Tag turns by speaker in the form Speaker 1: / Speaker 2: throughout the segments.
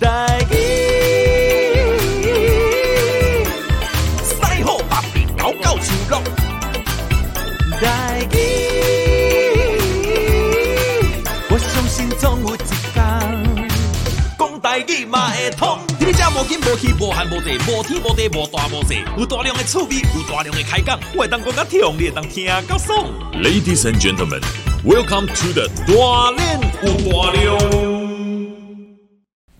Speaker 1: 代志，
Speaker 2: 西好北面九九树六，
Speaker 1: 代志。我相信总有一天，
Speaker 2: 讲台语嘛会通。你这无紧无去无限无地，无天无地无大无小，有大量的趣味，有大量的开讲，我会当讲到痛，你会当听到爽。
Speaker 3: Ladies and gentlemen, welcome to the 大练有大量。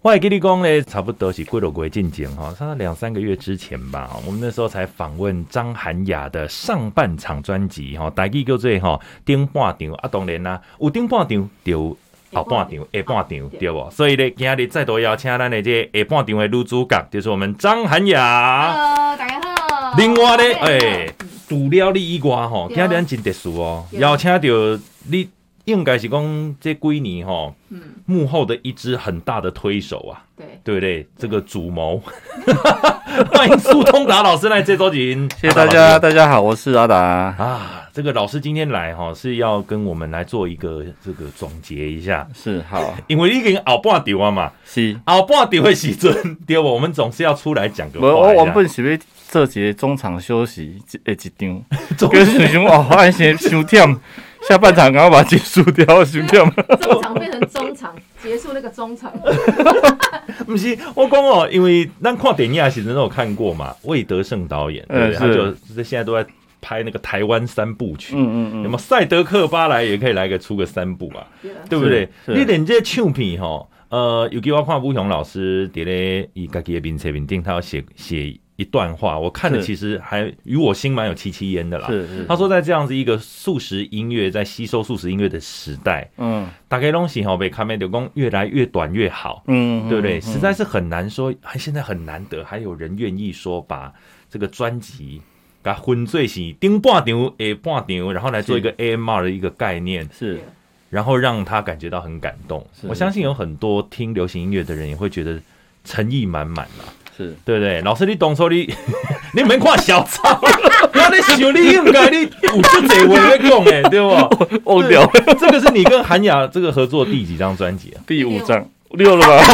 Speaker 4: 我还跟你讲嘞，差不多是过了国进前哈，差不多两三个月之前吧，我们那时候才访问张涵雅的上半场专辑哈，大概叫做哈顶半场啊，当然啦，有顶半场就有后半场、下半场对不？所以呢，今日再度邀请咱的这下半场的女主角，就是我们张涵雅。
Speaker 5: Hello，大家好。
Speaker 4: 另外呢，
Speaker 5: 大
Speaker 4: 哎、
Speaker 5: 家好，
Speaker 4: 除了你以外吼，今
Speaker 5: 对啊
Speaker 4: 日咱真特殊哦，
Speaker 5: 对
Speaker 4: 邀请到你应该是讲这几年吼
Speaker 5: 嗯，
Speaker 4: 幕后的一支很大的推手啊。
Speaker 5: 对，
Speaker 4: 对不对？这个主谋， 欢迎苏通达老师来这周请，
Speaker 6: 谢谢大家，大家好，我是阿达。
Speaker 4: 啊！这个老师今天来哈、是要跟我们来做一个这个总结一下，
Speaker 6: 是好，
Speaker 4: 因为你已经熬半丢啊嘛，
Speaker 6: 是。
Speaker 4: 熬半丢的时阵，对不？我们总是要出来讲个
Speaker 6: 无我
Speaker 4: 话
Speaker 6: 原
Speaker 4: 一
Speaker 6: 本是要做一个中场休息一一张，
Speaker 4: 下。
Speaker 6: 可是想想哦，安先伤忝，下半场赶快把它结束掉，伤忝。
Speaker 5: 中场变成中场，结束那个中 场。
Speaker 4: 不是，我讲哦，因为咱看电影的时阵都有看过嘛，魏德圣导演，对不对？
Speaker 6: 嗯
Speaker 4: 他
Speaker 6: 是
Speaker 4: 就这现在都在拍那个台湾三部曲，
Speaker 6: 嗯
Speaker 4: 那么赛德克巴莱也可以来个出个三部啊。
Speaker 5: 对了
Speaker 4: 对不对？
Speaker 6: 是是
Speaker 4: 你连这唱片吼，呃，尤其我看吴雄老师伫咧伊家己的面册面顶，他要写写一段话，我看了
Speaker 6: 是
Speaker 4: 其实还与我心蛮有戚戚焉的啦。
Speaker 6: 是是，
Speaker 4: 他说，在这样子一个素食音乐在吸收素食音乐的时代，
Speaker 6: 嗯
Speaker 4: 大概东西吼被看面就讲越来越短越好，
Speaker 6: 嗯，
Speaker 4: 对不对？
Speaker 6: 嗯
Speaker 4: 实在是很难说，还现在很难得还有人愿意说把这个专辑。把混醉是顶半场、下半场，然后来做一个 AMR 的一个概念，
Speaker 5: 啊
Speaker 6: 是
Speaker 4: 然后让他感觉到很感动。
Speaker 6: 是
Speaker 4: 我相信有很多听流行音乐的人也会觉得诚意满满啦，
Speaker 6: 是，
Speaker 4: 对不对？老师，你懂说你 你没看小抄，我在想 你应该你有这嘴我会讲哎， 对不？
Speaker 6: 忘掉了
Speaker 4: 对，这个是你跟韩雅这个合作第几张专 辑啊？
Speaker 6: 第五章六了吧？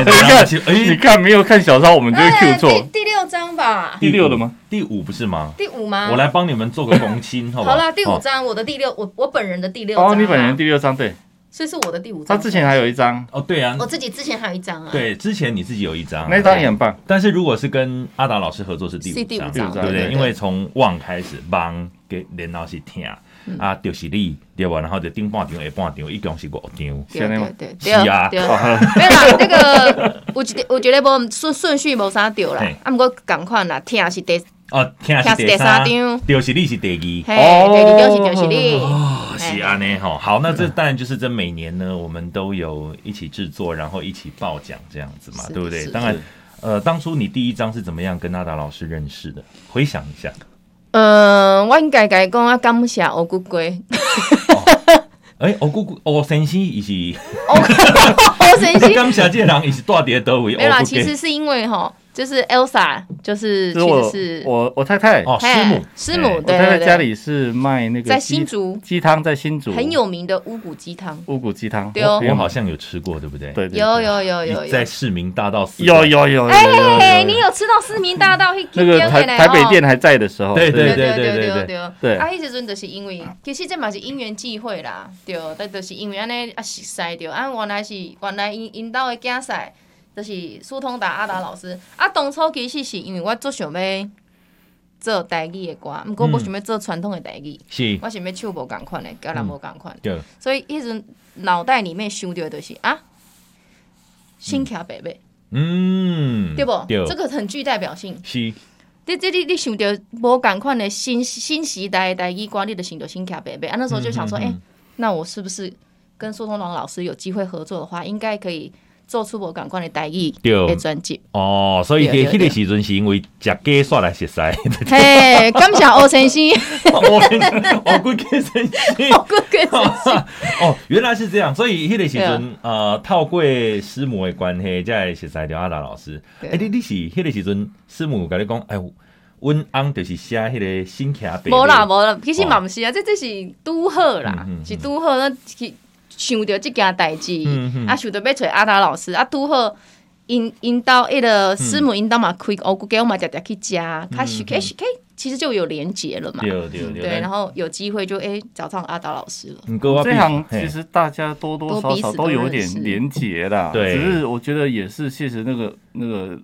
Speaker 4: 你
Speaker 6: 你看， 哎你
Speaker 4: 哎
Speaker 6: 看没有看小抄，我们就会 Q
Speaker 7: 第
Speaker 6: 错。
Speaker 7: 哎第六章吧，
Speaker 6: 第六了吗？
Speaker 4: 第五不是吗？
Speaker 7: 第五吗？
Speaker 4: 我来帮你们做个公 亲，好不
Speaker 7: 啊好啦，第五
Speaker 4: 哦
Speaker 7: 章，我的第六，我我本人的第六章啊。
Speaker 6: 哦，你本人第六章对，
Speaker 7: 所以是我的第五
Speaker 6: 他
Speaker 7: 章。
Speaker 6: 之前还有一张，
Speaker 4: 哦，对啊
Speaker 7: 我，自己之前还有一张啊。，
Speaker 4: 对，之前你自己有一张，啊
Speaker 6: 那一张也很棒。
Speaker 4: 但是如果是跟阿达老师合作是第
Speaker 7: 是第
Speaker 4: 五
Speaker 7: 五
Speaker 4: 章，
Speaker 7: 章
Speaker 4: 对不
Speaker 6: 对
Speaker 4: 对？
Speaker 6: 对
Speaker 4: 因为从望开始，望给连老师听
Speaker 7: 嗯
Speaker 4: 啊，就是你对吧？然后就顶半场、下半场，一共是五场。
Speaker 7: 对
Speaker 6: 是吗
Speaker 7: 对对
Speaker 4: 是啊
Speaker 7: 对对。
Speaker 6: 哦
Speaker 7: 没有啦，那个我觉得我觉得无顺顺序无啥对啦
Speaker 4: 嘿，
Speaker 7: 啊，不过赶快啦，听是第
Speaker 4: 哦，听是
Speaker 7: 听
Speaker 4: 第
Speaker 7: 是第
Speaker 4: 三
Speaker 7: 三张，
Speaker 4: 就是你是第
Speaker 7: 嘿，
Speaker 6: 哦
Speaker 7: 第二就是就是你，
Speaker 4: 二，
Speaker 7: 哦嘿嗯
Speaker 4: 是
Speaker 6: 啊
Speaker 4: 安呢吼。哦好，那这当然就是这每年呢，我们都有一起制作，然后一起报奖这样子嘛，
Speaker 7: 是
Speaker 4: 对不对？
Speaker 7: 是
Speaker 4: 当然
Speaker 6: 是，
Speaker 4: 呃，当初你第一张是怎么样跟阿达老师认识的？回想一下，
Speaker 7: 呃，我应该该讲啊，感谢乌龟龟，
Speaker 6: 哦
Speaker 4: 哎，我姑姑，我先生也是，
Speaker 7: 好神奇。
Speaker 4: 感谢这个人也是大跌德维，
Speaker 7: 没有啦，
Speaker 4: 哦
Speaker 7: 其实是因为吼，就是 Elsa，就是
Speaker 6: 这
Speaker 7: 其
Speaker 6: 是
Speaker 7: 实
Speaker 6: 我
Speaker 7: 是
Speaker 6: 我我太太，
Speaker 4: 哦，
Speaker 7: 嘿
Speaker 4: 师母，
Speaker 7: 师母
Speaker 4: 哎
Speaker 6: 我
Speaker 7: 对
Speaker 6: 太
Speaker 7: 对
Speaker 6: 太
Speaker 7: 对，
Speaker 6: 家里是卖那个
Speaker 7: 在
Speaker 6: 鸡
Speaker 7: 新竹
Speaker 6: 鸡汤，在新竹
Speaker 7: 很有名的乌骨鸡汤，
Speaker 6: 五谷鸡汤，
Speaker 7: 对哦
Speaker 4: 我好像有吃过，对不对？，
Speaker 6: 对对对
Speaker 7: 有有有有
Speaker 4: 你
Speaker 7: 有
Speaker 4: 在。市民大道四
Speaker 6: 有有有有
Speaker 7: 哎，
Speaker 6: 有
Speaker 7: 你
Speaker 6: 有
Speaker 7: 有吃到市民大道迄
Speaker 6: 那个台台北店？还在的时候，
Speaker 4: 对对
Speaker 7: 对
Speaker 4: 对
Speaker 7: 对对
Speaker 4: 对
Speaker 7: 对
Speaker 4: 对
Speaker 7: 对
Speaker 6: 对
Speaker 7: 啊，迄时阵就是因为，其实这嘛是因缘际会啦，对，但就是因为安尼啊熟识着，啊原来是原来因因兜的囝婿就是苏通达阿达老师，啊当初其实是因为我足想要做台语的歌，毋过
Speaker 4: 嗯
Speaker 7: 我想要做传统的台语，
Speaker 4: 是，
Speaker 7: 我想要唱无共款的，甲人无共款，
Speaker 4: 对，
Speaker 7: 所以迄阵脑袋里面想着就是啊，心桥白白，
Speaker 4: 嗯，
Speaker 7: 对不？
Speaker 4: 对，
Speaker 7: 这个很具代表性。
Speaker 4: 是，
Speaker 7: 你这你你想着无共款的新新时代的台语歌，你就想着新卡贝贝啊。那时候就想说，
Speaker 4: 嗯嗯
Speaker 7: 哎、
Speaker 4: 嗯
Speaker 7: 那我是不是跟苏东龙老师有机会合作的话，应该可以做出无共款的台语
Speaker 4: 对
Speaker 7: 的专辑？
Speaker 4: 哦，所以
Speaker 7: 对
Speaker 4: 伫迄
Speaker 7: 对
Speaker 4: 个
Speaker 7: 对
Speaker 4: 时阵是因为食鸡煞来熟识，
Speaker 7: 嘿，感谢欧先生，
Speaker 4: 我我估计生气。
Speaker 7: 我跟
Speaker 4: 哦，原来是这样，所以迄个时
Speaker 7: 啊
Speaker 4: 阵，呃，透过师母的关系，才会熟识着阿达老师。
Speaker 7: 对
Speaker 4: 哎，你你是迄个时阵，师母甲你讲，哎，阮翁就是写迄个新卡北。
Speaker 7: 无啦无啦，其实嘛毋是啊，这这是拄好啦，
Speaker 4: 哦嗯嗯嗯
Speaker 7: 是拄好咱去想着即件代志
Speaker 4: 嗯嗯，
Speaker 7: 啊想着要找阿达老师，啊拄好。因因到迄
Speaker 4: 嗯
Speaker 7: 个师母因到嘛开乌骨给我嘛常常去食，开始开始开，其实就有连结了嘛。
Speaker 4: 嗯对对
Speaker 7: 对，然后有机会就哎、找上阿达老师了。
Speaker 4: 你哥我
Speaker 6: 这行其
Speaker 4: 嘿
Speaker 6: 实大家多多少少都有点连结啦，
Speaker 4: 多彼此都认识
Speaker 6: 只是我觉得也是，谢实那个那个，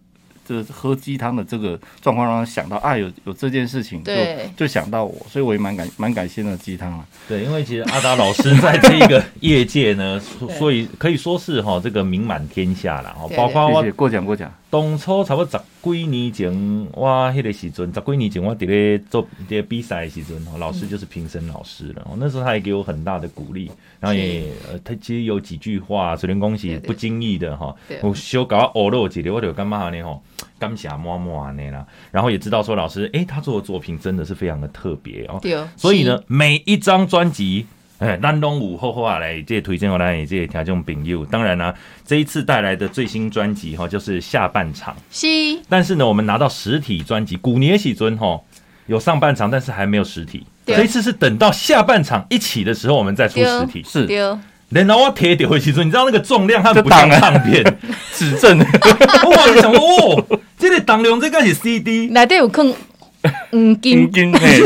Speaker 6: 这喝鸡汤的这个状况让他想到啊，有有这件事情，就
Speaker 7: 对
Speaker 6: 就想到我，所以我也蛮感蛮感谢那个鸡汤了。啊
Speaker 4: 对，因为其实阿达老师在这个业界呢， 所所以可以说是哈这个名满天下啦，哦，
Speaker 7: 对对
Speaker 4: 包括
Speaker 6: 谢
Speaker 4: 我
Speaker 6: 谢，过奖过奖。
Speaker 4: 当初差不多十几年前，我迄个时阵，十几年前我伫咧做伫咧比赛的时阵，哦吼老
Speaker 7: 嗯
Speaker 4: 师就是评审老师了。哦那时候他也给我很大的鼓励，然后也呃，他其实有几句话，虽然恭喜
Speaker 7: 对对
Speaker 4: 不经意的哈
Speaker 7: 对，
Speaker 4: 我修搞我漏几个，我就干嘛呢吼？感谢满满呢啦，然后也知道说老师，诶、他做的作品真的是非常的特别哦。
Speaker 7: 对，
Speaker 4: 所以呢，每一张专辑，哎，咱拢有好好啊来，这个推荐我来这个听众朋友。当然啦、啊这一次带来的最新专辑哈，就是下半场。
Speaker 7: 是，是，
Speaker 4: 但是呢，我们拿到实体专辑，古年喜尊哈有上半场，但是还没有实体。
Speaker 7: 对
Speaker 4: 这一次是等到下半场一起的时候，我们再出实体。
Speaker 6: 是
Speaker 7: 对，哦
Speaker 4: 然后我贴丢回去尊，你知道那个重量它
Speaker 6: 这
Speaker 4: 不像
Speaker 6: 档啊
Speaker 4: 唱片，
Speaker 6: 指正，
Speaker 4: 哇！你想说哦，这个当量这个是 CD，
Speaker 7: 内底有坑黄
Speaker 6: 金
Speaker 7: 金，
Speaker 6: 金嘿，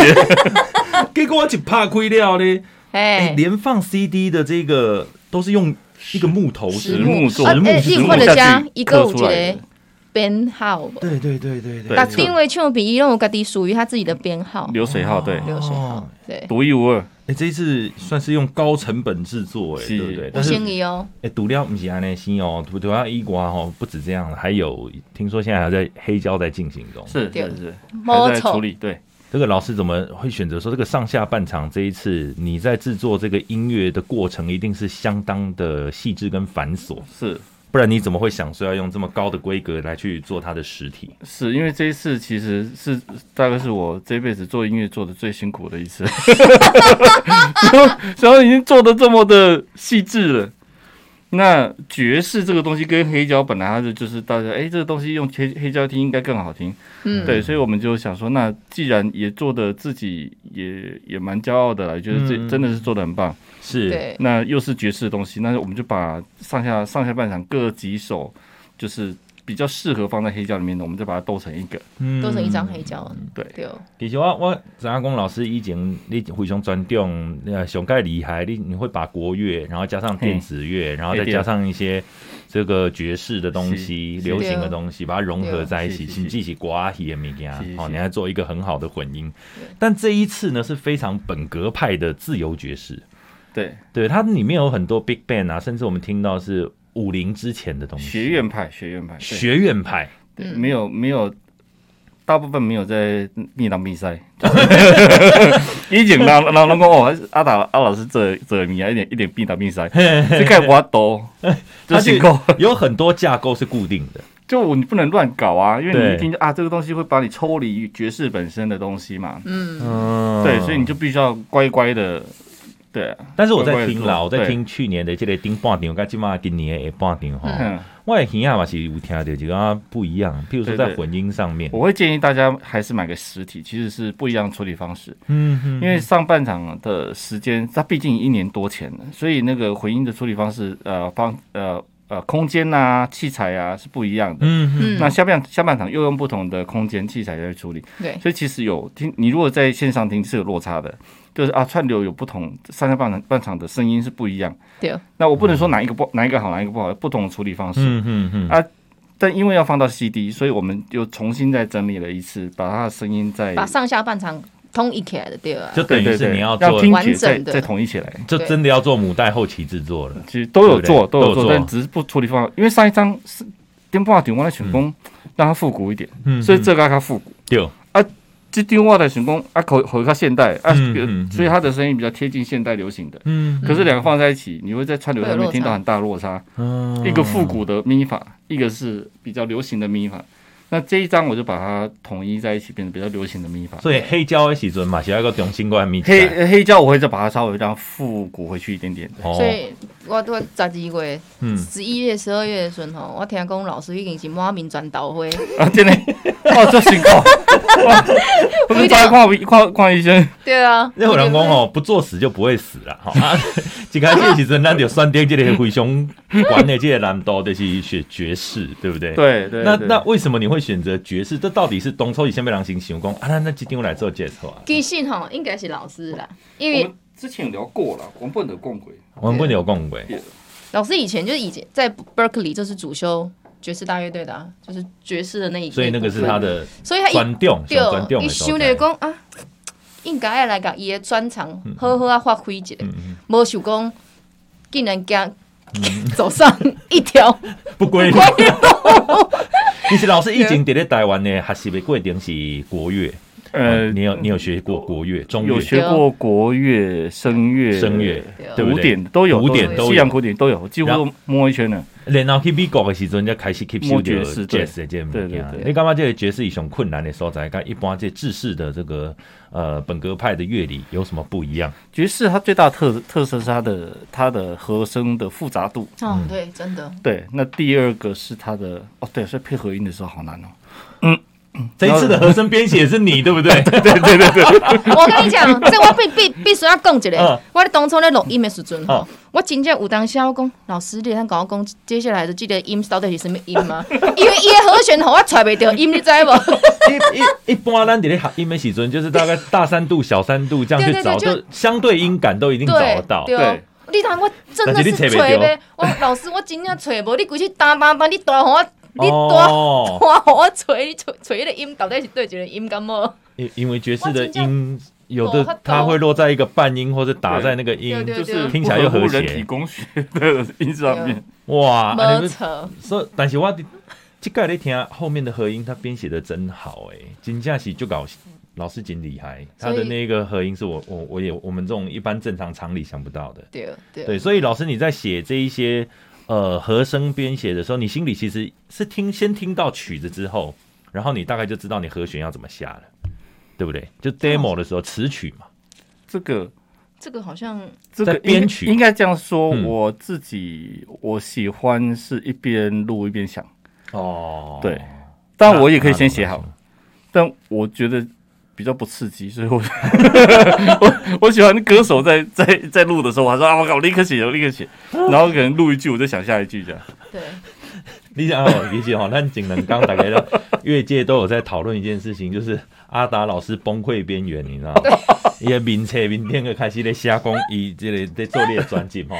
Speaker 4: 结果我一拍开了呢。 哎、
Speaker 7: 哎，
Speaker 4: 连放 CD 的这个都是用一个木头
Speaker 6: 实
Speaker 4: 是
Speaker 6: 木
Speaker 4: 木
Speaker 6: 做
Speaker 7: 呃
Speaker 4: 实
Speaker 6: 啊
Speaker 4: 木
Speaker 6: 哎
Speaker 4: 实
Speaker 6: 你
Speaker 4: 木
Speaker 6: 看
Speaker 7: 者
Speaker 6: 得
Speaker 7: 加一个有
Speaker 6: 刻
Speaker 7: 一
Speaker 6: 出来的
Speaker 7: 个编号吧，
Speaker 4: 对对对对对
Speaker 6: 对
Speaker 7: 那定位唱片伊拢有家己属于他自己的编号，
Speaker 6: 流水
Speaker 4: 哦
Speaker 6: 号对，
Speaker 7: 流水号， 对，
Speaker 6: 独一无二，
Speaker 4: 哎、这一次算是用高成本制作、哎，
Speaker 6: 是
Speaker 4: 对不对？
Speaker 7: 有
Speaker 4: 但是
Speaker 7: 生意哦，
Speaker 4: 哎，毒料不是安内新哦，毒毒料一瓜哦，不止这样，还有听说现在还在黑胶在进行中。
Speaker 6: 是
Speaker 7: 对
Speaker 6: 是是，
Speaker 7: 没
Speaker 6: 还在
Speaker 7: 错
Speaker 6: 处理对。
Speaker 4: 这个老师怎么会选择说这个上下半场这一次你在制作这个音乐的过程，一定是相当的细致跟繁琐，
Speaker 6: 是
Speaker 4: 不然你怎么会想说要用这么高的规格来去做它的实体？
Speaker 6: 是因为这一次其实是大概是我这辈子做音乐做的最辛苦的一次， 然后已经做的这么的细致了。那爵士这个东西跟黑胶本来它就就是大家哎、这个东西用黑黑胶听应该更好听，
Speaker 7: 嗯
Speaker 6: 对，所以我们就想说，那既然也做的自己也也蛮骄傲的啦，觉得这
Speaker 4: 嗯
Speaker 6: 真的是做的很棒。
Speaker 4: 是，
Speaker 7: 对，
Speaker 6: 那又是爵士的东西，那我们就把上下上下半场各几首就是比较适合放在黑胶里面的，我们就把它兜成一个。
Speaker 4: 嗯
Speaker 7: 都是一张黑胶，啊
Speaker 6: 对
Speaker 7: 对，
Speaker 4: 其实我我知影讲老师以前你非常专重，呃，上盖厉害，你你会把国乐，然后加上电子乐，然后再
Speaker 6: 对对
Speaker 4: 加上一些这个爵士的东西、
Speaker 6: 是
Speaker 4: 流行的东西，把它融合在一起，
Speaker 6: 对是
Speaker 4: 请记起瓜戏的物件
Speaker 6: 是是，
Speaker 4: 哦，
Speaker 6: 是
Speaker 4: 你还做一个很好的混音。但这一次呢，是非常本格派的自由爵士，
Speaker 6: 对，
Speaker 4: 对它里面有很多 big band 啊，甚至我们听到是五零之前的东西，
Speaker 6: 学院派，学院派，对
Speaker 4: 学嗯院派。
Speaker 6: 对没有没有，大部分没有在密当 比赛。以前老老人讲哦，阿达阿老师这这米啊，一点一点密当比赛，这个我 懂，这
Speaker 4: 它
Speaker 6: 辛苦。
Speaker 4: 有很多架构是固定的，
Speaker 6: 就你不能乱搞啊，因为你
Speaker 4: 对
Speaker 6: 一听就啊，这个东西会把你抽离爵士本身的东西嘛。
Speaker 7: 嗯，
Speaker 4: 嗯
Speaker 6: 对，所以你就必须要乖乖的，对 啊。
Speaker 4: 但是我在
Speaker 6: 乖乖地
Speaker 4: 听啦，
Speaker 6: 做
Speaker 4: 我在听去年的这个顶半场，跟今嘛今年的下半场
Speaker 6: 对
Speaker 4: 哈，
Speaker 6: 嗯，
Speaker 4: 我的耳啊嘛是有听到一个不一样，譬如说在混音上面，
Speaker 6: 我会建议大家还是买个实体，其实是不一样的处理方式，
Speaker 4: 嗯哼，
Speaker 6: 因为上半场的时间，它毕竟一年多前了，所以那个回音的处理方式，呃，方呃呃空间呐、器材啊是不一样的。
Speaker 4: 嗯哼，
Speaker 7: 嗯
Speaker 6: 那下半下半场又用不同的空间器材来处理，
Speaker 7: 对，
Speaker 6: 所以其实有听你如果在线上听是有落差的，就是啊串流有不同，上下半场半场的声音是不一样。
Speaker 4: 哎
Speaker 7: 对，
Speaker 6: 那我不能说哪一个不哪一个好，哪一个不好，不同的处理方式。
Speaker 4: 嗯哼哼，
Speaker 6: 啊但因为要放到 CD，所以我们又重新再整理了一次，把它的声音再
Speaker 7: 把上下半场统一起来的对啊，
Speaker 4: 就等
Speaker 6: 对
Speaker 4: 于
Speaker 6: 对
Speaker 4: 是
Speaker 6: 对，
Speaker 4: 你要
Speaker 6: 让
Speaker 4: 做，
Speaker 6: 听
Speaker 7: 完
Speaker 6: 觉再
Speaker 7: 整的
Speaker 6: 再统一起来。
Speaker 4: 就真的要做母带后期制作了，
Speaker 6: 其实都有做，
Speaker 4: 对不
Speaker 6: 都
Speaker 4: 对都
Speaker 6: 有
Speaker 4: 有
Speaker 6: 做，
Speaker 4: 做
Speaker 6: 但只是不处理方法。因为上一张是电话顶，我在选工，让它复古一点，
Speaker 4: 嗯
Speaker 6: 所以这个它复古。
Speaker 4: 对，
Speaker 6: 这电话的选工啊，口口它现代啊
Speaker 4: 嗯嗯嗯，
Speaker 6: 所以它的声音比较贴近现代流行的。
Speaker 4: 嗯
Speaker 6: 可是两个放在一起，你会在串流上
Speaker 7: 会
Speaker 6: 面
Speaker 7: 有
Speaker 6: 听
Speaker 7: 落
Speaker 6: 到
Speaker 7: 差
Speaker 6: 很大的落差。
Speaker 4: 嗯
Speaker 6: 一个复古的咪法，一个是比较流行的咪法，那这一张我就把它统一在一起，变成比较流行的秘法。
Speaker 4: 所以黑胶的时阵嘛是要个重新过来咪
Speaker 6: 黑黑胶我会再把它稍微让复古回去一点点。
Speaker 4: 哦
Speaker 7: 所以我我十二月、
Speaker 4: 嗯
Speaker 7: 十一月、十二月的时阵吼，我听讲老师已经是满面全桃花，
Speaker 6: 啊，真的，哦，这辛苦，我们再看看看医生，
Speaker 7: 对啊，
Speaker 4: 那有人讲哦，不作死就不会死啦。吼，啊， 一开始的时阵咱就选定这个灰熊玩的这个难度，就是选爵士，对不对？。
Speaker 6: 对对，
Speaker 4: 那
Speaker 6: 对
Speaker 4: 那为什么你会选择爵士？这到底是东抽以前被狼行行功啊？那那今天我来做介绍啊。
Speaker 7: 其实吼应该是老师啦，因
Speaker 6: 我
Speaker 7: 为
Speaker 6: 们之前有聊过了，我们不能共轨，
Speaker 4: 我们不能有共轨，
Speaker 7: 老师以前就是以前在 Berkeley 就是主修爵士大乐队的、啊，就是爵士的那一，
Speaker 4: 所以那个是他，的
Speaker 7: 所以他一
Speaker 4: 专定，
Speaker 7: 对
Speaker 4: 小专定，的
Speaker 7: 伊
Speaker 4: 所
Speaker 7: 想
Speaker 4: 在
Speaker 7: 着。讲啊，应该要来甲伊的专长好好啊发挥一下，
Speaker 4: 嗯
Speaker 7: 无想讲竟然惊 走上一条
Speaker 4: 不归 路。其实老师以前在咧台湾的学习的过程是国乐，
Speaker 6: 呃，
Speaker 4: 你有你有学过国乐、中乐
Speaker 6: 有、学过国乐、声乐、
Speaker 4: 声乐，对不
Speaker 6: 古
Speaker 4: 对
Speaker 6: 典？都有，
Speaker 4: 古典
Speaker 6: 都
Speaker 4: 都
Speaker 6: 有
Speaker 4: 有
Speaker 6: 西洋古典都有，几乎
Speaker 4: 然后
Speaker 6: 都摸一圈了。
Speaker 4: 然后去美国的时阵，才开始吸收
Speaker 6: 摸
Speaker 4: 到
Speaker 6: 爵士
Speaker 4: jazz
Speaker 6: 对
Speaker 4: 的这件物
Speaker 6: 对对
Speaker 4: 件
Speaker 6: 对。
Speaker 4: 你感觉这个爵士以上困难的所在，跟一般这制式的这个呃本格派的乐理有什么不一样？
Speaker 6: 爵士它最大的特特色是它的它的和声的复杂度，
Speaker 7: 哦，
Speaker 4: 嗯
Speaker 7: 对，真的，
Speaker 6: 对。那第二个是它的哦，对，所以配合音的时候好难哦。
Speaker 4: 这一次的和声编写是你，对不对？
Speaker 7: 我跟你讲，这我必必必须要讲一
Speaker 4: 嗯
Speaker 7: 个，我咧当初咧录音的时阵
Speaker 4: 嗯
Speaker 7: 吼，我真正有当时我讲，老师你通甲我讲接下来的这个音到底是什么音吗？因为伊的和弦吼，我揣袂着音，你知无？
Speaker 4: 一一一般咱在咧学音的时阵，就是大概大三度、小三度这样去找，
Speaker 7: 对对
Speaker 4: 就相对音感都一定找
Speaker 7: 对
Speaker 4: 得到。
Speaker 7: 对
Speaker 6: 对
Speaker 7: 你当我真的
Speaker 4: 但是
Speaker 7: 是
Speaker 4: 你找
Speaker 7: 找
Speaker 4: 不到
Speaker 7: 呗，我老师我真正找无，你规去打打打，你打互我，你打
Speaker 4: 哦，
Speaker 7: 打互我找，你找找迄个音到底是对一个音敢 无？
Speaker 4: 因因为爵士的
Speaker 7: 我真
Speaker 4: 音有
Speaker 7: 我
Speaker 4: 的
Speaker 7: 发抖
Speaker 4: 它会落在一个半音或者打在那个音
Speaker 7: 对，对
Speaker 6: 就是
Speaker 4: 听起来又和
Speaker 6: 不合乎
Speaker 4: 谐
Speaker 6: 人体工学的音上 面，
Speaker 4: 哇！啊
Speaker 7: 无
Speaker 4: 你们
Speaker 7: 错，
Speaker 4: 说，但是我这个咧听后面的和音，他编写的真好哎、真正是就搞老师真厉害，他
Speaker 7: 所
Speaker 4: 的
Speaker 7: 以
Speaker 4: 那个和音是我我我也我们这种一般正常常理想不到的。
Speaker 7: 对对
Speaker 4: 对，所以老师你在写这一些呃和声编写的时候，你心里其实是听先听到曲子之后，然后你大概就知道你和弦要怎么下了，对不对？就 demo 的时候词曲嘛，
Speaker 6: 这个
Speaker 7: 这个好像
Speaker 6: 这个
Speaker 4: 在
Speaker 6: 应
Speaker 4: 编曲
Speaker 6: 应该这样说，
Speaker 4: 嗯
Speaker 6: 我自己我喜欢是一边录一边
Speaker 4: 啊
Speaker 6: 想，
Speaker 4: 哦
Speaker 6: 对，但我也可以
Speaker 4: 那
Speaker 6: 先写好
Speaker 4: 那，
Speaker 6: 但我觉得比较不刺激，所以我 我我喜欢歌手在在在录的时候，我说啊，我靠，我立刻写，我立刻写，然后可能录一句，我再想下一句这样。
Speaker 4: 哦
Speaker 7: 对
Speaker 4: 你想哦，理解哦，那景能刚大概都越界都有在讨论一件事情，就是阿达老师崩溃边缘，你知道吗？也明册明天就开始咧瞎讲，以这个在做列专辑吼，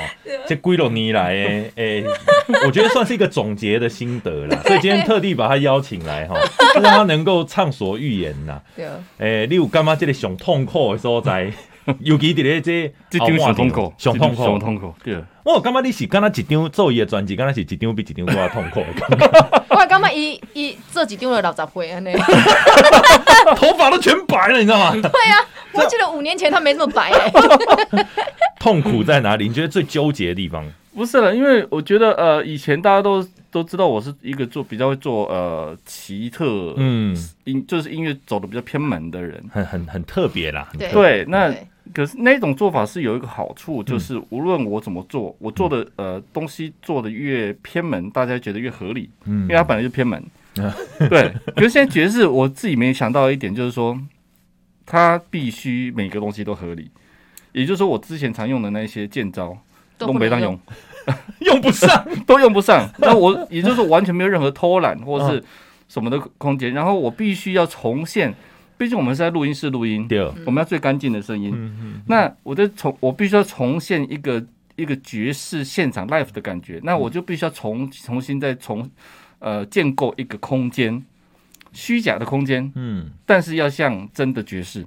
Speaker 4: 这归拢你来诶诶、我觉得算是一个总结的心得啦，所以今天特地把他邀请来哈，让他能够畅所欲言呐。
Speaker 7: 对，
Speaker 4: 诶、你有感觉这个上痛苦的所在？尤其伫咧这
Speaker 6: 这张熊痛苦，
Speaker 4: 上痛
Speaker 6: 熊
Speaker 4: 苦。
Speaker 6: 痛苦，对，
Speaker 4: 我有感觉你是敢若一张做伊的专辑，敢若是一张比一张更加痛苦的感觉。
Speaker 7: 我感觉伊伊做一张了六十岁安尼，
Speaker 4: 头发都全白了，你知道吗？
Speaker 7: 我记得五年前他没这么白哎，
Speaker 4: 痛苦在哪里？你觉得最纠结的地方？
Speaker 6: 不是了，因为我觉得呃，以前大家都都知道我是一个做比较会做呃奇特
Speaker 4: 嗯，
Speaker 6: 音，就是音乐走的比较偏门的人。
Speaker 4: 很很很特别啦。
Speaker 7: 对
Speaker 6: 对，那
Speaker 7: 对嗯
Speaker 6: 可是那种做法是有一个好处，就是无论我怎么做，我做的呃东西做的越偏门，大家觉得越合理，
Speaker 4: 嗯
Speaker 6: 因为它本来就 偏门
Speaker 4: 啊。
Speaker 6: 对，可是现在爵士，我自己没想到一点，就是说它必须每个东西都合理，也就是说，我之前常用的那些剑招，
Speaker 7: 都
Speaker 6: 东
Speaker 7: 不
Speaker 6: 北
Speaker 7: 能
Speaker 6: 当用，
Speaker 4: 用不上。
Speaker 6: 都用 不上。那我也就是说完全没有任何偷懒
Speaker 7: 嗯
Speaker 6: 或是什么的空间，然后我必须要重现，毕竟我们是在录音室录音，
Speaker 4: 对，
Speaker 6: 我们要最干净的声音。
Speaker 4: 嗯
Speaker 6: 那我就重，我必须要重现一个一个爵士现场 live 的感觉，那我
Speaker 4: 嗯
Speaker 6: 就必须要重重新再重呃建构一个空间，虚假的空间，
Speaker 4: 嗯
Speaker 6: 但是要像真的爵士。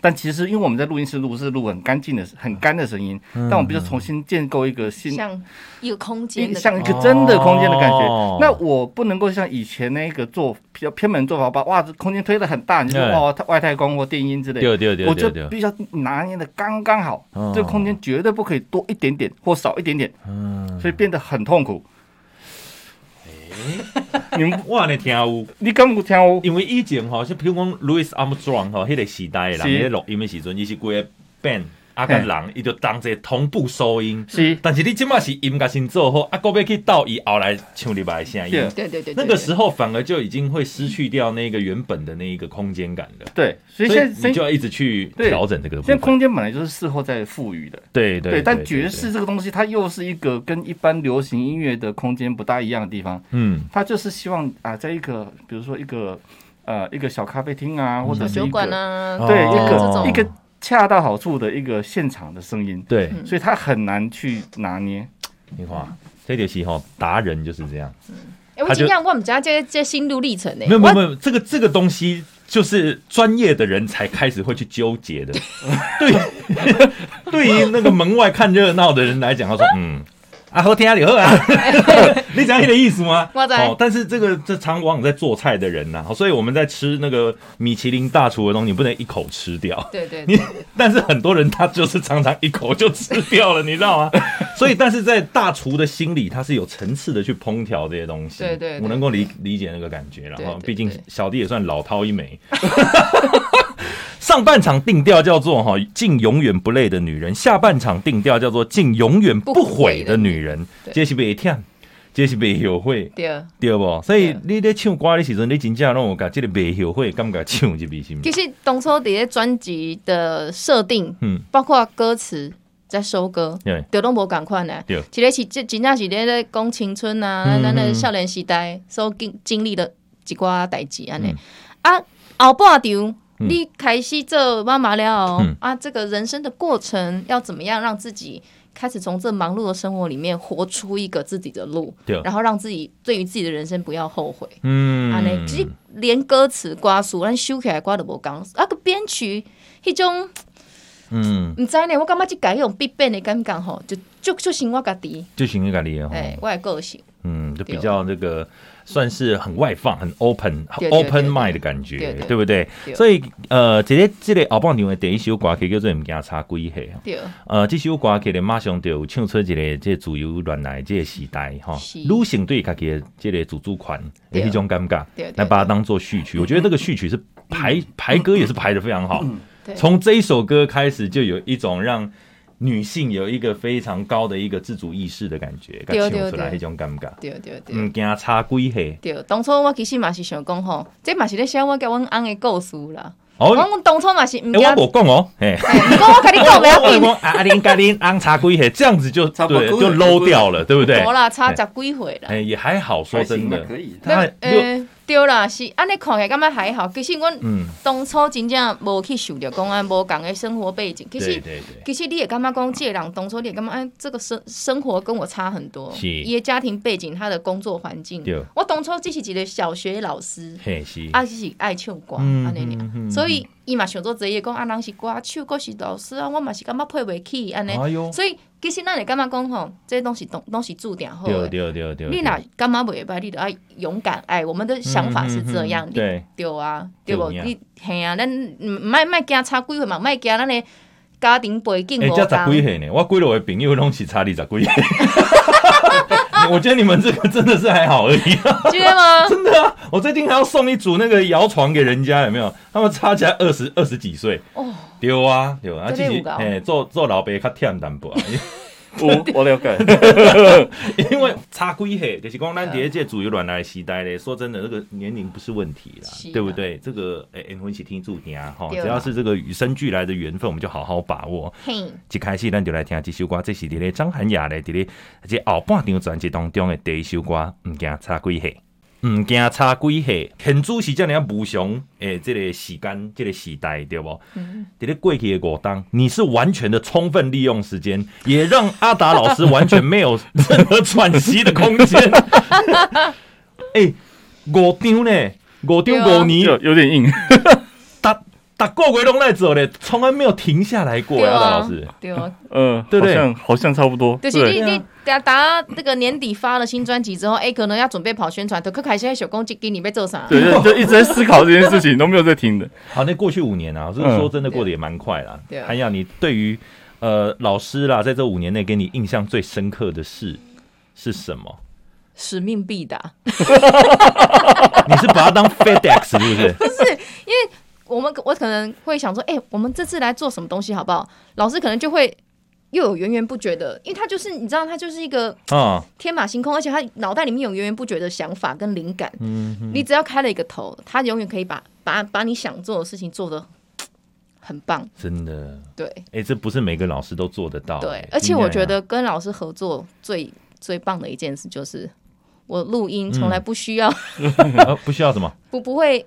Speaker 6: 但其实，因为我们在录音室录是录很干净的、很干的声音，
Speaker 4: 嗯
Speaker 6: 但我们必须要重新建构一个新
Speaker 7: 像一个空间
Speaker 6: 一
Speaker 7: 的
Speaker 6: 像一
Speaker 7: 感觉
Speaker 6: 个真的空间的感觉。
Speaker 4: 哦
Speaker 6: 那我不能够像以前那个做比较偏门做法，把哇这空间推的很大，你就
Speaker 4: 对
Speaker 6: 说哇外太空或电音之类
Speaker 4: 对
Speaker 6: 的。
Speaker 4: 对对
Speaker 6: 我就
Speaker 4: 对对
Speaker 6: 必须要拿捏的刚刚好，
Speaker 4: 哦
Speaker 6: 这个空间绝对不可以多一点点或少一点点，
Speaker 4: 嗯，
Speaker 6: 所以变得很痛苦。 你们
Speaker 4: 我安尼听有，
Speaker 6: 你敢有听哦有？
Speaker 4: 因为以前吼，是比如讲 Louis Armstrong 吼，迄个时代啦，
Speaker 6: 是
Speaker 4: 迄个录音的时阵，伊是规个 band 啊甲人，伊就同齐同步收音。
Speaker 6: 是
Speaker 4: 但是你即马是音乐先做好，啊，搁要去到伊后来唱入来的声音
Speaker 6: 对，
Speaker 7: 对对对，
Speaker 4: 那个时候反而就已经会失去掉那个原本的那一个空间感了。
Speaker 6: 对，所以
Speaker 4: 所以
Speaker 6: 现
Speaker 4: 你
Speaker 6: 在
Speaker 4: 就
Speaker 6: 现
Speaker 4: 要一直去
Speaker 6: 对
Speaker 4: 调整这个部
Speaker 6: 在
Speaker 4: 分。
Speaker 6: 空间本来就是事后再赋予的，
Speaker 4: 对
Speaker 6: 对，但爵士，这个东西，它又是一个跟一般流行音乐的空间不大一样的地方。
Speaker 4: 嗯，
Speaker 6: 它就是希望啊，在一个比如说一个呃一个小咖啡厅啊，或者是
Speaker 7: 酒
Speaker 6: 一
Speaker 7: 馆
Speaker 6: 个
Speaker 7: 啊，
Speaker 6: 对
Speaker 4: 嗯哦
Speaker 7: 这种
Speaker 6: 一个一个恰到好处的一个现场的声音，
Speaker 4: 对，
Speaker 6: 所以它很难去拿捏。
Speaker 4: 你看，这就是吼达人就是这样。
Speaker 7: 哎，我
Speaker 4: 他就
Speaker 7: 今天我们家这这心路历程呢，
Speaker 6: 哎
Speaker 4: 没有没有没
Speaker 7: 有，
Speaker 4: 有，这个这个东西就是专业的人才开始会去纠结 的。对，对于那个门外看热闹的人来讲，他 说嗯。啊，好听啊，就好啊，你讲你的意思吗？
Speaker 7: 我知
Speaker 4: 哦，但是这个这常往往在做菜的人呐、哦所以我们在吃那个米其林大厨的东西，你不能一口吃掉。
Speaker 7: 对对
Speaker 4: 你
Speaker 7: 对，
Speaker 4: 但是很多人他就是常常一口就吃掉了，你知 道吗？所以，但是在大厨的心里，他是有层次的去烹调这些东西。
Speaker 7: 对对对
Speaker 4: 我能够理理解那个感觉了
Speaker 7: 对
Speaker 4: 哈。
Speaker 7: 对
Speaker 4: 毕竟
Speaker 7: 对
Speaker 4: 小弟也算老饕一 枚。上半场定调叫做哈敬永远不累的女人，下半场定调叫做敬永远不悔的女人。
Speaker 7: 对
Speaker 4: 这是别跳，这是别后悔，
Speaker 7: 对。
Speaker 4: 对不？所以
Speaker 7: 对
Speaker 4: 你在唱歌的时阵，你真正让我感这个别后悔，感觉唱一遍是不
Speaker 7: 其
Speaker 4: 是？
Speaker 7: 实当初伫咧专辑的设定，
Speaker 4: 嗯
Speaker 7: 包括歌词在收歌，
Speaker 4: 对
Speaker 7: 就拢无共款的
Speaker 4: 对。
Speaker 7: 一个是这真正是咧咧讲青春啊，
Speaker 4: 嗯
Speaker 7: 咱咱
Speaker 4: 嗯
Speaker 7: 的少年时代所经经历的一寡代志安尼
Speaker 4: 嗯。
Speaker 7: 啊，后半场你开始做妈妈了后
Speaker 4: 嗯
Speaker 7: 啊，这个人生的过程要怎么样让自己开始从这忙碌的生活里面活出一个自己的路
Speaker 4: 对，
Speaker 7: 然后让自己对于自己的人生不要后悔。
Speaker 4: 嗯
Speaker 7: 安尼，即连歌词、歌词，咱收起来歌都无讲，啊个编曲，迄种
Speaker 4: 嗯。
Speaker 7: 毋知呢，我感觉即个迄种必变的感觉吼，就就就是我家己，
Speaker 4: 就行个咖喱哈，
Speaker 7: 诶、我的个性，
Speaker 4: 嗯，就比
Speaker 7: 哎对
Speaker 4: 较这个算是很外放、很 open、很
Speaker 7: 对对
Speaker 4: open
Speaker 7: 对
Speaker 4: mind 的感觉
Speaker 7: 对对，
Speaker 4: 对不对？
Speaker 7: 对
Speaker 4: 所以呃，这个这个后半场的第一首歌曲叫做《唔惊差几岁》哦
Speaker 7: 对
Speaker 4: 呃，这首歌曲咧马上就有唱出一个这个自由恋爱这个时代哈，
Speaker 7: 是
Speaker 4: 女性对家己的这个自主权的
Speaker 7: 对
Speaker 4: 一种感觉
Speaker 7: 对对，
Speaker 4: 来把它当做序曲。我觉得这个序曲是
Speaker 6: 嗯
Speaker 4: 排排歌也是排的非常好，
Speaker 7: 嗯对，
Speaker 4: 从这一首歌开始就有一种让女性有一个非常高的一个自主意识的感觉，
Speaker 7: 对
Speaker 4: 感
Speaker 7: 对
Speaker 4: 出来
Speaker 7: 对
Speaker 4: 一种感觉。
Speaker 7: 对对对。
Speaker 4: 唔惊差几岁，
Speaker 7: 对，当初我其实嘛是想讲吼，这嘛是咧写我甲阮翁的故事啦。
Speaker 4: 哦，
Speaker 7: 我讲当初嘛是毋惊，
Speaker 4: 哎，我无讲哦，哎，
Speaker 7: 毋过我甲你讲袂要
Speaker 4: 我有
Speaker 7: 紧
Speaker 4: 讲，啊，阿玲、甲玲、昂差几岁，这样子就
Speaker 6: 差不多
Speaker 4: 对，
Speaker 6: 几岁
Speaker 4: 就 low 掉了，对不对
Speaker 7: 无？啦，差十几岁啦。
Speaker 4: 哎，也还好，说真的
Speaker 6: 还行吧，可以
Speaker 4: 他六，
Speaker 7: 诶，对啦，是安尼看起来感觉还好。其实阮
Speaker 4: 嗯，
Speaker 7: 当初真正无去想着讲安啊无共的生活背景，其
Speaker 4: 对
Speaker 7: 实
Speaker 4: 对对，
Speaker 7: 其实你也干嘛讲，这个人当初你也干嘛？哎，这个生生活跟我差很多，
Speaker 4: 是
Speaker 7: 伊的家庭背景，他的工作环境
Speaker 4: 对。
Speaker 7: 我当初只是一个小学老师，
Speaker 4: 嘿是，
Speaker 7: 啊，就是爱唱歌
Speaker 4: 嗯
Speaker 7: 安尼
Speaker 4: 嗯嗯
Speaker 7: 尔，所以伊嘛想做职业，讲啊，人是歌手，我是老师啊，我嘛是感觉配袂起安尼
Speaker 4: 哎呦。
Speaker 7: 所以其实咱会感觉讲吼，这拢是拢拢是注定好
Speaker 4: 对
Speaker 7: 的。
Speaker 4: 对对对，
Speaker 7: 你若感觉袂歹，你就要勇敢爱。我们的想法是这样，
Speaker 4: 嗯嗯嗯嗯
Speaker 7: 你
Speaker 4: 对
Speaker 7: 对啊，对
Speaker 4: 对
Speaker 7: 无？
Speaker 4: 有影
Speaker 7: 你嘿啊，咱毋莫莫惊差几岁嘛，莫惊咱的家庭背景
Speaker 4: 哎，
Speaker 7: 无
Speaker 4: 这十几
Speaker 7: 同。
Speaker 4: 岁呢，我几落位朋友拢是差你十几岁， 我觉得你们这个真的是还好而已。
Speaker 7: 真的吗？
Speaker 4: 真的啊！我最近还要送一组那个摇床给人家，有没有？他们差起来二十二十几岁
Speaker 7: 哦，
Speaker 4: 丢啊丢啊！
Speaker 7: 这
Speaker 4: 其
Speaker 7: 边
Speaker 4: 实
Speaker 7: 有搞
Speaker 4: 哎，做做老爸较忝淡薄啊，
Speaker 6: 我我了解，
Speaker 4: 因为差几岁，就是讲咱第一届主流软来时代嘞。说真的，这个年龄不是问题啦
Speaker 7: 是，啊
Speaker 4: 对不对？这个哎，缘分是天注定啊，哈，
Speaker 7: 对啊
Speaker 4: 只要是这个与生俱来的缘分，我们就好好把握。
Speaker 7: 嘿，
Speaker 4: 一开始咱就来听这首歌，这是伫咧张涵雅咧伫咧这后半张专辑当中的第一首歌，毋惊差几岁，毋惊差几岁。现主是遮尔啊无常诶，这个时间，这个时代对无？
Speaker 7: 嗯
Speaker 4: 伫咧过去的五当，你是完全的充分利用时间，也让阿达老师完全没有任何喘息的空间。 诶、五张呢？五
Speaker 7: 对
Speaker 4: 张
Speaker 7: 啊
Speaker 4: 五年，
Speaker 6: 有有点硬。
Speaker 4: 逐逐个月拢在做咧，从来没有停下来过，
Speaker 7: 对
Speaker 4: 阿达
Speaker 7: 啊
Speaker 4: 老师。，
Speaker 7: 对啊，
Speaker 6: 嗯，
Speaker 4: 对不对
Speaker 6: 好像好像差不多。
Speaker 7: 就是你
Speaker 4: 对啊
Speaker 7: 你达达那个年底发了新专辑之后，哎，可能要准备跑宣传，都开始在想讲这给你要做啥？
Speaker 6: 对，就就一直在思考这件事情，都没有在 听的。
Speaker 4: 好，那过去五年啊，我是
Speaker 6: 嗯
Speaker 4: 说真的过得也蛮快啦
Speaker 7: 对。啊
Speaker 4: 韩雅，你对于呃老师啦，在这五年内给你印象最深刻的事是什么？
Speaker 7: 使命必达。
Speaker 4: 你是把它当 FedEx 是不是？
Speaker 7: 我们我可能会想说，哎、我们这次来做什么东西好不好？老师可能就会又有源源不绝的，因为他就是你知道，他就是一个
Speaker 4: 啊，
Speaker 7: 天马行空，而且他脑袋里面有源源不绝的想法跟灵感。
Speaker 4: 嗯哼，
Speaker 7: 你只要开了一个头，他永远可以把把把你想做的事情做得很棒。
Speaker 4: 真的，
Speaker 7: 对
Speaker 4: 哎，这不是每个老师都做得到。
Speaker 7: 对
Speaker 4: 哎，
Speaker 7: 而且我觉，
Speaker 4: 真的呀
Speaker 7: 得跟老师合作最最棒的一件事就是，我录
Speaker 4: 嗯
Speaker 7: 音从来不需要、
Speaker 4: 呃不需要什么，
Speaker 7: 不不会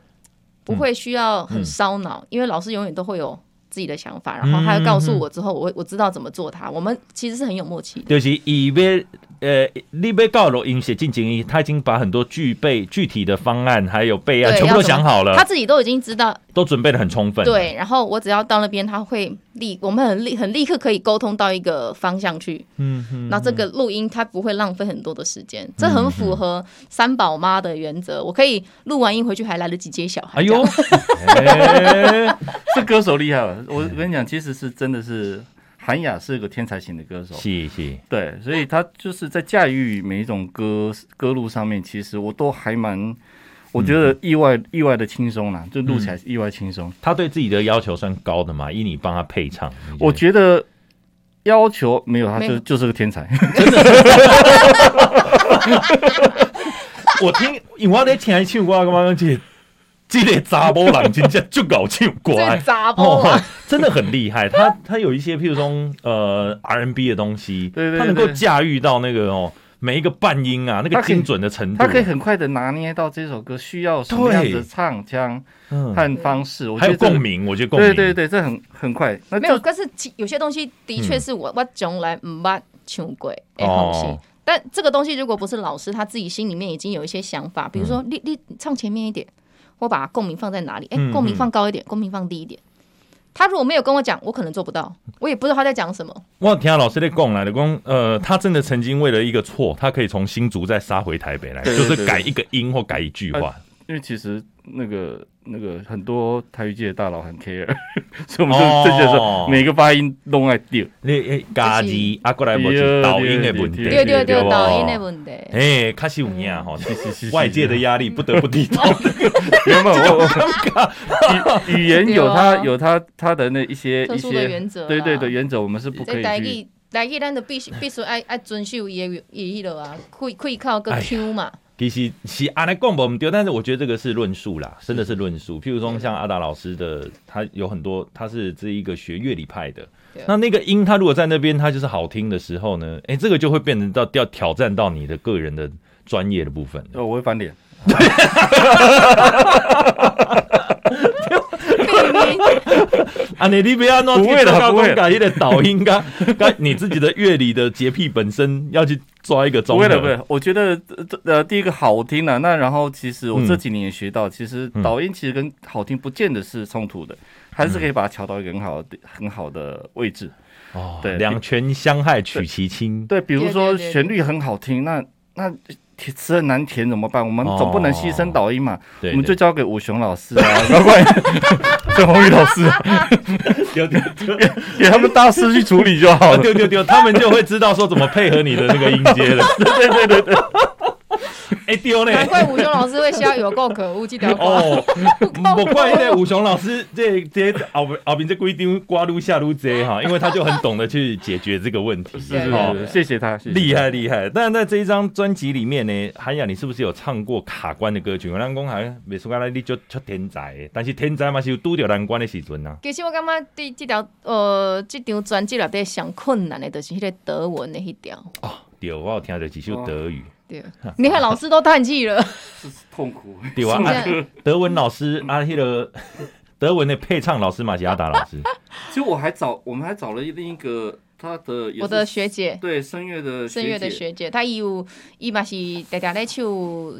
Speaker 7: 不会需要很烧脑，
Speaker 4: 嗯
Speaker 7: 因为老师永远都会有自己的想法，然后他会告诉我之后，我我知道怎么做它。我们其实是很有默契的，
Speaker 4: 就是以为呃，你被告录音写进行他已经把很多具备具体的方案还有备案
Speaker 7: 对
Speaker 4: 全部
Speaker 7: 要
Speaker 4: 都
Speaker 7: 怎么
Speaker 4: 想好
Speaker 7: 他
Speaker 4: 了，
Speaker 7: 自己都已经知道。
Speaker 4: 都准备的很充分。
Speaker 7: 对，然后我只要到那边，他会立，我们很立很立刻可以沟通到一个方向去。
Speaker 4: 嗯，嗯
Speaker 7: 那这个录音它不会浪费很多的时间，这很符合三宝妈的原则。我可以录完音回去还来得及接小
Speaker 4: 哎
Speaker 7: 孩。
Speaker 4: 呦，
Speaker 7: 这 样，
Speaker 4: 哎
Speaker 6: 这歌手厉害了。我跟
Speaker 4: 嗯
Speaker 6: 你讲，其实是真的是韩雅是个天才型的歌手，
Speaker 4: 是是，
Speaker 6: 对，所以他就是在驾驭每一种歌歌路上面，其实我都还蛮，我觉
Speaker 4: 嗯
Speaker 6: 得意外、意外的轻松啦，就录起来意外轻松。
Speaker 4: 他对自己的要求算高的嘛？依你帮他配唱，你
Speaker 6: 我觉得要求没有，他
Speaker 7: 没有
Speaker 6: 就就是个天才。
Speaker 4: 得我听，因为我在听一首歌，我感觉这个查某人真正就搞唱歌
Speaker 7: 这
Speaker 4: 的
Speaker 7: 个杂包
Speaker 4: 哦
Speaker 7: 啊，，
Speaker 4: 真的很厉害。他他有一些，譬如说呃 R&B 的东西，
Speaker 6: 对对对
Speaker 4: 他能够驾驭到那个哦每一个半音啊，那个
Speaker 6: 他可以
Speaker 4: 精准的程度
Speaker 6: 他，可以很快的拿捏到这首歌需要什么样子的唱腔
Speaker 4: 嗯，
Speaker 6: 和方式，我
Speaker 4: 还
Speaker 6: 觉得
Speaker 4: 有
Speaker 6: 这个
Speaker 4: 共。鸣，我觉得共鸣，
Speaker 6: 对对对，这很很快。那嗯
Speaker 7: 没有，
Speaker 6: 就
Speaker 7: 可是其有些东西的确是我、我从来唔捌唱过的
Speaker 4: 哦
Speaker 7: 东西。但这个东西如果不是老师他自己心里面已经有一些想法，比如
Speaker 6: 嗯
Speaker 7: 说、你你你唱前面一点，我把共鸣放在哪里？哎、
Speaker 4: 嗯
Speaker 7: 共鸣放高一点，共鸣放低一点。他如果没有跟我讲，我可能做不到，我也不知道他在讲什么。
Speaker 4: 我有听老师在讲来的讲，呃，他真的曾经为了一个错，他可以从新竹再杀回台北来，
Speaker 6: 对对
Speaker 4: 就是
Speaker 6: 对
Speaker 4: 改一个音或改一句话。
Speaker 6: 因为其实那个那个很多台语界的大佬很 care，所以我们
Speaker 4: 哦
Speaker 6: 就这就是说每个发音都爱丢。
Speaker 4: 你诶，家己啊，过来无是导音的问题，
Speaker 7: 对对
Speaker 6: 对对对
Speaker 7: 对，
Speaker 4: 不
Speaker 7: 抖音的问题。
Speaker 4: 哎，确实有影吼，外界的压力不得不低头。
Speaker 6: 原本我我语语言有它
Speaker 7: 对啊
Speaker 6: 有它它的那一些
Speaker 7: 特
Speaker 6: 一
Speaker 7: 殊
Speaker 6: 些
Speaker 7: 的原则啦
Speaker 6: 对对对原则我们是不可
Speaker 7: 这
Speaker 6: 以
Speaker 7: 台
Speaker 6: 去。
Speaker 7: 语台语咱就必须必须爱爱遵守伊的伊迄落啊，开开口
Speaker 4: 哎
Speaker 7: 个
Speaker 4: 呀
Speaker 7: Q 嘛。
Speaker 4: 其实是安尼讲无毋对，但是我觉得这个是论述啦，真的是论述。譬如说像阿达老师的，他有很多，他是这一个学乐理派的
Speaker 7: 对。
Speaker 4: 那那个音，他如果在那边他就是好听的时候呢，哎、这个就会变成到要挑战到你的个人的专业的部分了。
Speaker 6: 呃，我会翻脸，
Speaker 4: 啊，你你不要弄
Speaker 6: 不会啦不会啦
Speaker 4: 一的导音 刚刚你自己的乐理的洁癖本身要去抓一个
Speaker 6: 不
Speaker 4: 综合。
Speaker 6: 会的，不会的。我觉得呃这呃，第一个好听啊，那然后其实我
Speaker 4: 嗯
Speaker 6: 这几年也学到，其实导音其实跟好听不见得是冲突的，还是可以把它调到一个很好的很好的位置。
Speaker 4: 哦，
Speaker 6: 对
Speaker 4: 两全相害取其轻。
Speaker 6: 对，比如说
Speaker 7: 对对对
Speaker 6: 旋律很好听，那那填词很难填怎么办？我们总不能牺牲导音嘛，
Speaker 4: 哦对
Speaker 6: 我们就交给武雄老师啊， 高冠、郑宏宇老 师、啊，
Speaker 4: 丢丢丢
Speaker 6: 给他们大师去处理就好了。
Speaker 4: 哦丢丢丢，他们就会知道说怎么配合你的那个音阶了。
Speaker 6: 对对对对，
Speaker 4: 哎丢嘞！
Speaker 7: 难怪武雄老师会笑有够可恶，这条歌。
Speaker 4: 哦，我怪那武雄老师这这后后边这规定刮撸下撸贼哈，因为他就很懂得去解决这个问题，
Speaker 6: 是是
Speaker 4: 哦
Speaker 6: 是，谢谢他，谢谢他
Speaker 4: 厉害厉害。但在这一张专辑里面呢，韩雅你是不是有唱过卡关的歌曲？我咱讲还美术家你就出天才的，但是天才嘛是有拄着难关的时阵啊。
Speaker 7: 其实我感觉对这条呃这张专辑内底上困难的，就是迄个德文的迄条。
Speaker 4: 对，我有听着几首德
Speaker 6: 哦
Speaker 4: 语，
Speaker 7: 对，你看老师都叹 气了，
Speaker 6: 痛苦。
Speaker 4: 对吧？
Speaker 7: 是
Speaker 4: 啊德文老师啊，迄个德文的配唱老师嘛是阿达老师，
Speaker 6: 其实我还找，我们还找了另一个他的也是
Speaker 7: 我的学姐，
Speaker 6: 对声乐的
Speaker 7: 声乐的
Speaker 6: 姐，
Speaker 7: 学姐，她伊有伊嘛是常常咧唱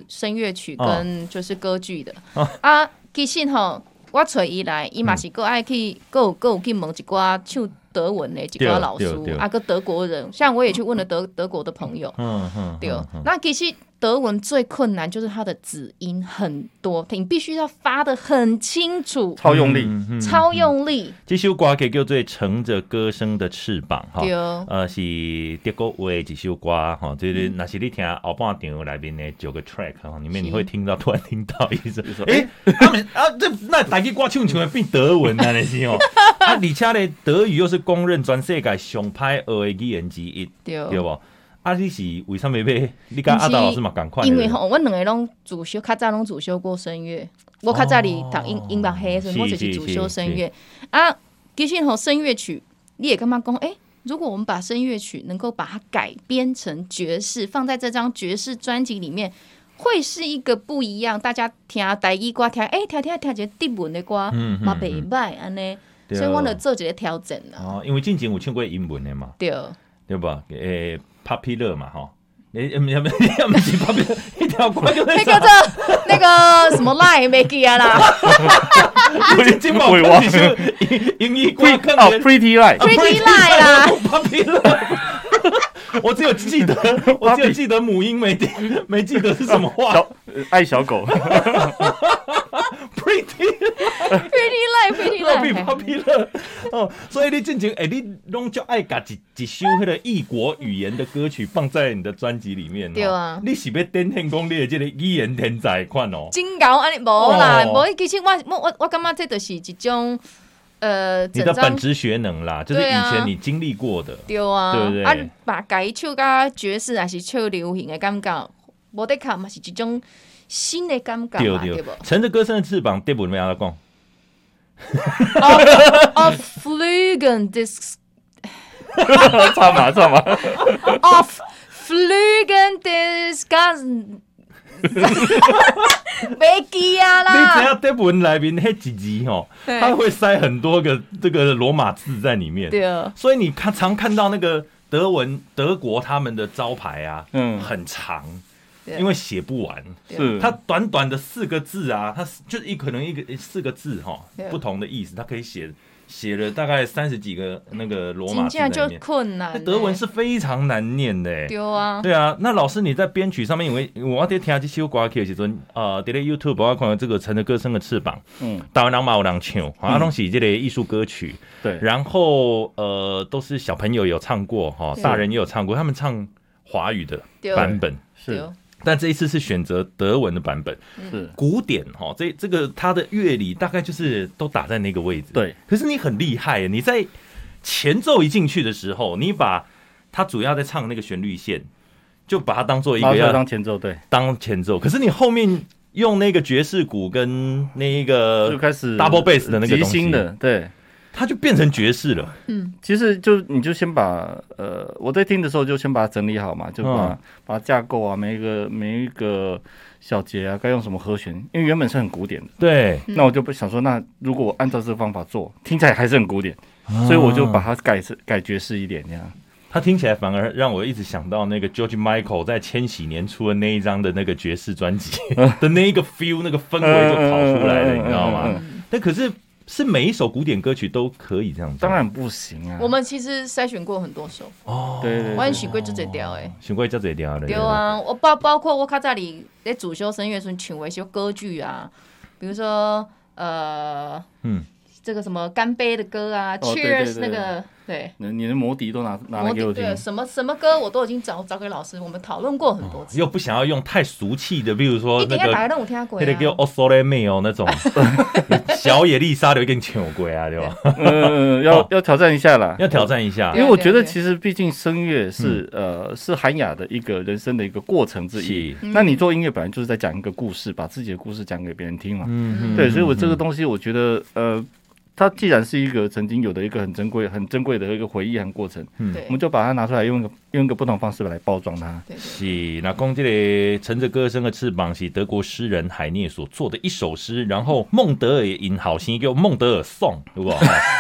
Speaker 7: 声乐曲
Speaker 4: 哦
Speaker 7: 跟就是歌剧的、啊。其实吼，我找伊来，伊嘛是够爱去，够够去问一寡唱德文的几个老师
Speaker 4: 对对对，
Speaker 7: 啊个德国人，像我也去问了德德国的朋友，
Speaker 4: 嗯嗯，
Speaker 7: 对
Speaker 4: 嗯嗯，
Speaker 7: 那其实德文最困难就是它的子音很多，你必须要发的很清楚，
Speaker 6: 超用力，
Speaker 4: 嗯嗯
Speaker 7: 超用力，
Speaker 4: 这首歌曲叫做《乘着歌声的翅膀》哈
Speaker 7: 对，哦
Speaker 4: 呃是德国话的一首歌哈，就是那是你听后半场里面的九个 track 哈，里面你
Speaker 7: 嗯是
Speaker 4: 会听到突然听到一首，哎，他们啊这那大家歌唱唱的变德文啊那 是哦，啊而且呢德语又是公认全世界上歹学的语言之一，
Speaker 7: 对。哦
Speaker 4: 对不？啊你是为什么要？你跟阿达老师嘛赶快，
Speaker 7: 因为吼，阮两个拢主修，较早拢主修过声乐。我较早
Speaker 4: 哦
Speaker 7: 哩读音音乐黑，所以我就是主修声乐。啊，其实吼声乐曲，你也干嘛讲？诶、如果我们把声乐曲能够把它改编成爵士，放在这张爵士专辑里面，会是一个不一样。大家听台语歌，听诶、听听听一个德文的歌，
Speaker 4: 嗯嗯
Speaker 7: 嘛袂歹安尼。
Speaker 4: 对
Speaker 7: 所以我就做一个调整啦。
Speaker 4: 哦，因为之前有唱过英文的嘛。
Speaker 7: 对，
Speaker 4: 对吧？诶、p a p i l o 嘛，吼，你唔唔唔是 p a p i l o 一条歌叫
Speaker 7: 那
Speaker 4: 做
Speaker 7: 个
Speaker 4: 啥？
Speaker 7: 这 那个什么 line 没记啊啦
Speaker 4: 你真冇
Speaker 6: 我也忘了
Speaker 4: 英英语歌
Speaker 6: Pretty-
Speaker 4: 看
Speaker 6: 哦，Pretty Light，
Speaker 7: ，Pretty Line 啦。
Speaker 4: p a p i l o 我只有记得，我只有记得母音没没记得是什么话
Speaker 6: 小呃爱小狗，
Speaker 4: ，pretty
Speaker 7: Pretty Light Pretty
Speaker 4: 乐比 p a
Speaker 7: Light，
Speaker 4: p i l o 哦，所以你进前诶，你拢就爱甲一一首迄个异国语言的歌曲放在你的专辑里面，
Speaker 7: 对啊
Speaker 4: 哦你是要展现讲你的这个语言天才的款哦，
Speaker 7: 真搞安尼无啦，
Speaker 4: 哦
Speaker 7: 无、其实我我我我感觉这就是一种呃，
Speaker 4: 你
Speaker 7: 整
Speaker 4: 的本
Speaker 7: 张
Speaker 4: 职学能啦，就是以
Speaker 7: 对啊
Speaker 4: 前你经历过的。
Speaker 7: 对啊，
Speaker 4: 对不对
Speaker 7: 啊把改唱甲爵士还是唱流行的感觉，无得看嘛是一种新的感觉
Speaker 4: 对
Speaker 7: 嘛，
Speaker 4: 对
Speaker 7: 对不？
Speaker 4: 乘着歌声的翅膀，对不？没阿讲，
Speaker 7: Of Flugen Disc
Speaker 6: 唱嘛唱嘛，
Speaker 7: Of Flugen Disc，没记啊
Speaker 4: 你只
Speaker 7: 啦，
Speaker 4: 要对不来宾那几集哦，
Speaker 7: 对
Speaker 4: 它会塞很多个这个罗马字在里面，
Speaker 7: 对
Speaker 4: 所以你看常看到那个德文德国他们的招牌啊，
Speaker 6: 嗯
Speaker 4: 很长，
Speaker 7: 对
Speaker 4: 因为写不完。
Speaker 6: 是
Speaker 4: 它短短的四个字啊，它就是一可能一个四个字哈、
Speaker 7: 对
Speaker 4: 不同的意思，它可以写写了大概三十几个那个罗马
Speaker 7: 真
Speaker 4: 字在
Speaker 7: 正
Speaker 4: 里
Speaker 7: 就
Speaker 4: 面。
Speaker 7: 困难、
Speaker 4: 那
Speaker 7: 欸。
Speaker 4: 德文是非常难念的、欸，
Speaker 7: 对啊，
Speaker 4: 对啊，那老师你在编曲上面，因为我在听这首歌曲的时阵，呃，在咧 YouTube 我看到这个《乘着歌声的翅膀》，
Speaker 6: 嗯，
Speaker 4: 台湾人嘛有人唱，啊，拢是这类艺术歌曲，
Speaker 6: 对，
Speaker 4: 然后呃，都是小朋友有唱过哈，大人也有唱过，他们唱华语的
Speaker 7: 对
Speaker 4: 版本，
Speaker 7: 对
Speaker 6: 是。
Speaker 4: 但这一次是选择德文的版本，
Speaker 6: 是，
Speaker 4: 古典哈，这这个它的乐理大概就是都打在那个位置，
Speaker 6: 对，
Speaker 4: 可是你很厉害耶，你在前奏一进去的时候，你把它主要在唱那个旋律线，就把它当做一
Speaker 6: 然后
Speaker 4: 个
Speaker 6: 就
Speaker 4: 要
Speaker 6: 当前奏，对，
Speaker 4: 当前奏，可是你后面用那个爵士鼓跟那一
Speaker 6: 就
Speaker 4: 个
Speaker 6: 开始
Speaker 4: double bass 的那个
Speaker 6: 即
Speaker 4: 东西
Speaker 6: 兴，的，对。
Speaker 4: 它就变成爵士了。
Speaker 6: 其实就你就先把呃，我在听的时候就先把它整理好嘛，就把、
Speaker 4: 嗯
Speaker 6: 把它架构啊，每一个每一个小节啊，该用什么和弦，因为原本是很古典的，
Speaker 4: 对，
Speaker 7: 嗯
Speaker 6: 那我就不想说，那如果我按照这个方法做，听起来还是很古典，所以我就把它改成改爵士一点这样。
Speaker 4: 它听起来反而让我一直想到那个 George Michael 在千禧年出的那一张的那个爵士专 辑的那一个 feel，那个氛围就跑出来了，
Speaker 6: 嗯嗯嗯
Speaker 4: 你知道
Speaker 6: 嗯嗯
Speaker 4: 吗？但可是是每一首古典歌曲都可以这样子，
Speaker 6: 当然不行啊，
Speaker 7: 我们其实筛选过很多首，
Speaker 6: 对对对
Speaker 7: 我很喜欢这一条诶。
Speaker 4: 循规叫这掉的。
Speaker 7: 对啊，我包包括我较早里咧主修声乐时候请过一些歌剧啊，比如说呃，
Speaker 4: 嗯，
Speaker 7: 这个什么干杯的歌啊、
Speaker 6: 哦
Speaker 7: c h
Speaker 6: 对
Speaker 7: e e r
Speaker 6: 对
Speaker 7: s
Speaker 6: 对
Speaker 7: 那个对，
Speaker 6: 你你的魔笛都拿拿来
Speaker 7: 我
Speaker 6: 给我听，
Speaker 7: 对什么什么歌我都已经找找给老师，我们讨论过很多次，
Speaker 4: 又不想要用太俗气的，比如说
Speaker 7: 一
Speaker 4: 那
Speaker 7: 定要打开
Speaker 4: 个
Speaker 7: 让我听过
Speaker 4: 那个叫
Speaker 7: 啊。
Speaker 4: o s o l e m e 哦那种 小野丽莎的，跟抢过啊，对 吧？
Speaker 6: 嗯，要
Speaker 4: 哦
Speaker 6: 要挑战一下啦。
Speaker 4: 要挑战一下
Speaker 6: 因
Speaker 7: 对。
Speaker 6: 为我觉得
Speaker 7: 对
Speaker 6: 其实毕竟声乐是、呃是韩雅的一个人生的一个过程之一
Speaker 4: 嗯是。
Speaker 6: 那你做音乐本来就是在讲一个故事，把自己的故事讲给别人听嘛。
Speaker 4: 嗯
Speaker 6: 对，所以我这个东西，我觉得呃，它既然是一个曾经有的一个很珍贵、很珍贵的一个回忆和过程，
Speaker 4: 嗯
Speaker 7: 对
Speaker 6: 嗯我们就把它拿出来用一个用一个不同方式来包装它。
Speaker 7: 对对，
Speaker 4: 是，那讲这个乘着歌声的翅膀是德国诗人海涅所做的一首诗，然后孟德尔也引好心叫孟德尔颂，对不？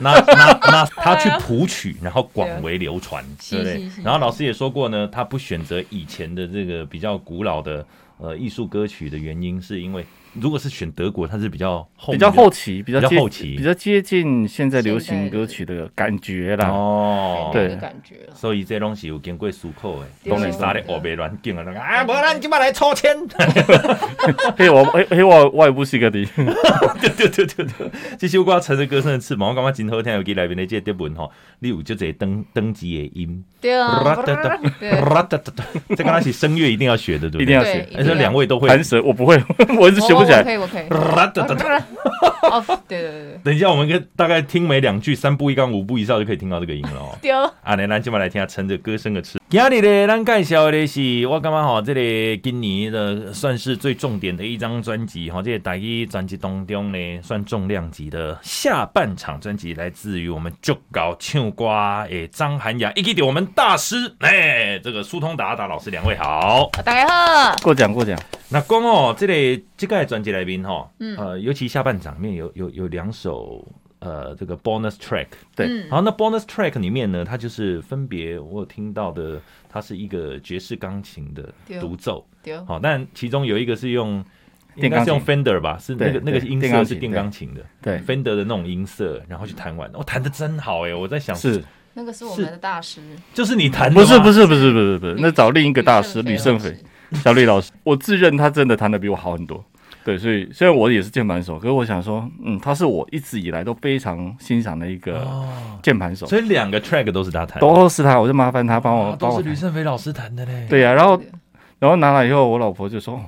Speaker 4: 那那那他去谱曲，然后广为流传，对
Speaker 7: 是
Speaker 4: 不对
Speaker 7: 是？是
Speaker 4: 然后老师也说过呢，他不选择以前的这个比较古老的呃艺术歌曲的原因，是因为如果是选德国，它是比较后
Speaker 6: 比较后期，比较
Speaker 4: 比较
Speaker 6: 接
Speaker 4: 后期
Speaker 6: 比较接近现在流行歌曲的感觉
Speaker 4: 面的
Speaker 6: 啦。
Speaker 4: 哦，
Speaker 6: 对
Speaker 7: 的感觉了。
Speaker 4: 所以这东西有经过思考的，
Speaker 7: 对
Speaker 4: 都是啥咧？我白乱讲啊！啊，无咱今麦来抽签。
Speaker 6: 嘿，我嘿嘿，我我也不是个的，
Speaker 4: 对对对对对， 这首歌《乘着歌声的翅膀》，我感觉真好听，尤其内面的这个德文吼，你有就这登登机的音，
Speaker 7: 对
Speaker 4: 哒
Speaker 7: 啊，
Speaker 4: 哒哒
Speaker 7: 对
Speaker 4: 哒哒哒，这刚开始声乐一定要学的，对不
Speaker 6: 一定要
Speaker 4: 对？
Speaker 6: 学
Speaker 7: 对，
Speaker 4: 而且两位都会。
Speaker 6: 弹舌我不会， 我一直学
Speaker 7: 我我
Speaker 6: 不起来
Speaker 4: 哦
Speaker 7: 可。以，我可以。
Speaker 4: 哒哒哒哒
Speaker 7: 哦，对对对
Speaker 4: 等一下，我们跟大概听每两句三步一杠，五步一哨就可以听到这个音了哦。
Speaker 7: 对，对。
Speaker 4: 啊，来，咱今麦来听下乘着歌声的翅。今日咧，咱介绍的是，我感觉吼，这个今年的算是最重点的一张专辑吼，这个台语专辑当中呢，算重量级的下半场专辑，来自于我们就搞唱歌诶张涵雅，以及我们大师哎、这个苏通达达老师两位好。
Speaker 7: 大家好，
Speaker 6: 过奖过奖，
Speaker 4: 那光哦，这个这个专辑来宾哈，
Speaker 7: 嗯
Speaker 4: 呃，尤其下半场里面有有有两首呃这个 bonus track，
Speaker 6: 对
Speaker 7: 嗯
Speaker 4: 好，那 bonus track 里面呢，它就是分别我有听到的，它是一个爵士钢琴的
Speaker 7: 对哦
Speaker 4: 独奏，
Speaker 7: 对
Speaker 4: 好，但其中有一个是用。应
Speaker 6: 电
Speaker 4: 该
Speaker 6: 钢
Speaker 4: 是
Speaker 6: 琴
Speaker 4: 用 Fender 吧，是那个
Speaker 6: 对
Speaker 4: 那个
Speaker 6: 对
Speaker 4: 音
Speaker 6: 电
Speaker 4: 色
Speaker 6: 钢
Speaker 4: 是
Speaker 6: 琴
Speaker 4: 电钢琴的
Speaker 6: 对
Speaker 4: ，Fender 的那种音色，然后去弹完，我弹的真好哎！我在想，
Speaker 6: 是
Speaker 7: 那个是我们的大师，
Speaker 4: 就是你弹的
Speaker 6: 不是
Speaker 4: 吗
Speaker 6: 不是不是不是不是，那找另一个大师
Speaker 7: 吕
Speaker 6: 吕
Speaker 7: 胜
Speaker 6: 胜
Speaker 7: 斐
Speaker 6: 斐，小吕老师，我自认他真的弹的比我好很多。对，所以虽然我也是键盘手，可是我想说，嗯，他是我一直以来都非常欣赏的一个
Speaker 4: 哦，
Speaker 6: 键盘手，
Speaker 4: 所以两个 track 都是他弹的，
Speaker 6: 都是他，我就麻烦他帮我
Speaker 4: 啊
Speaker 6: 帮
Speaker 4: 都
Speaker 6: 我
Speaker 4: 是
Speaker 6: 弹
Speaker 4: 吕。胜斐老师弹的嘞，
Speaker 6: 对呀、然后然后拿来以后，我老婆就说，哦、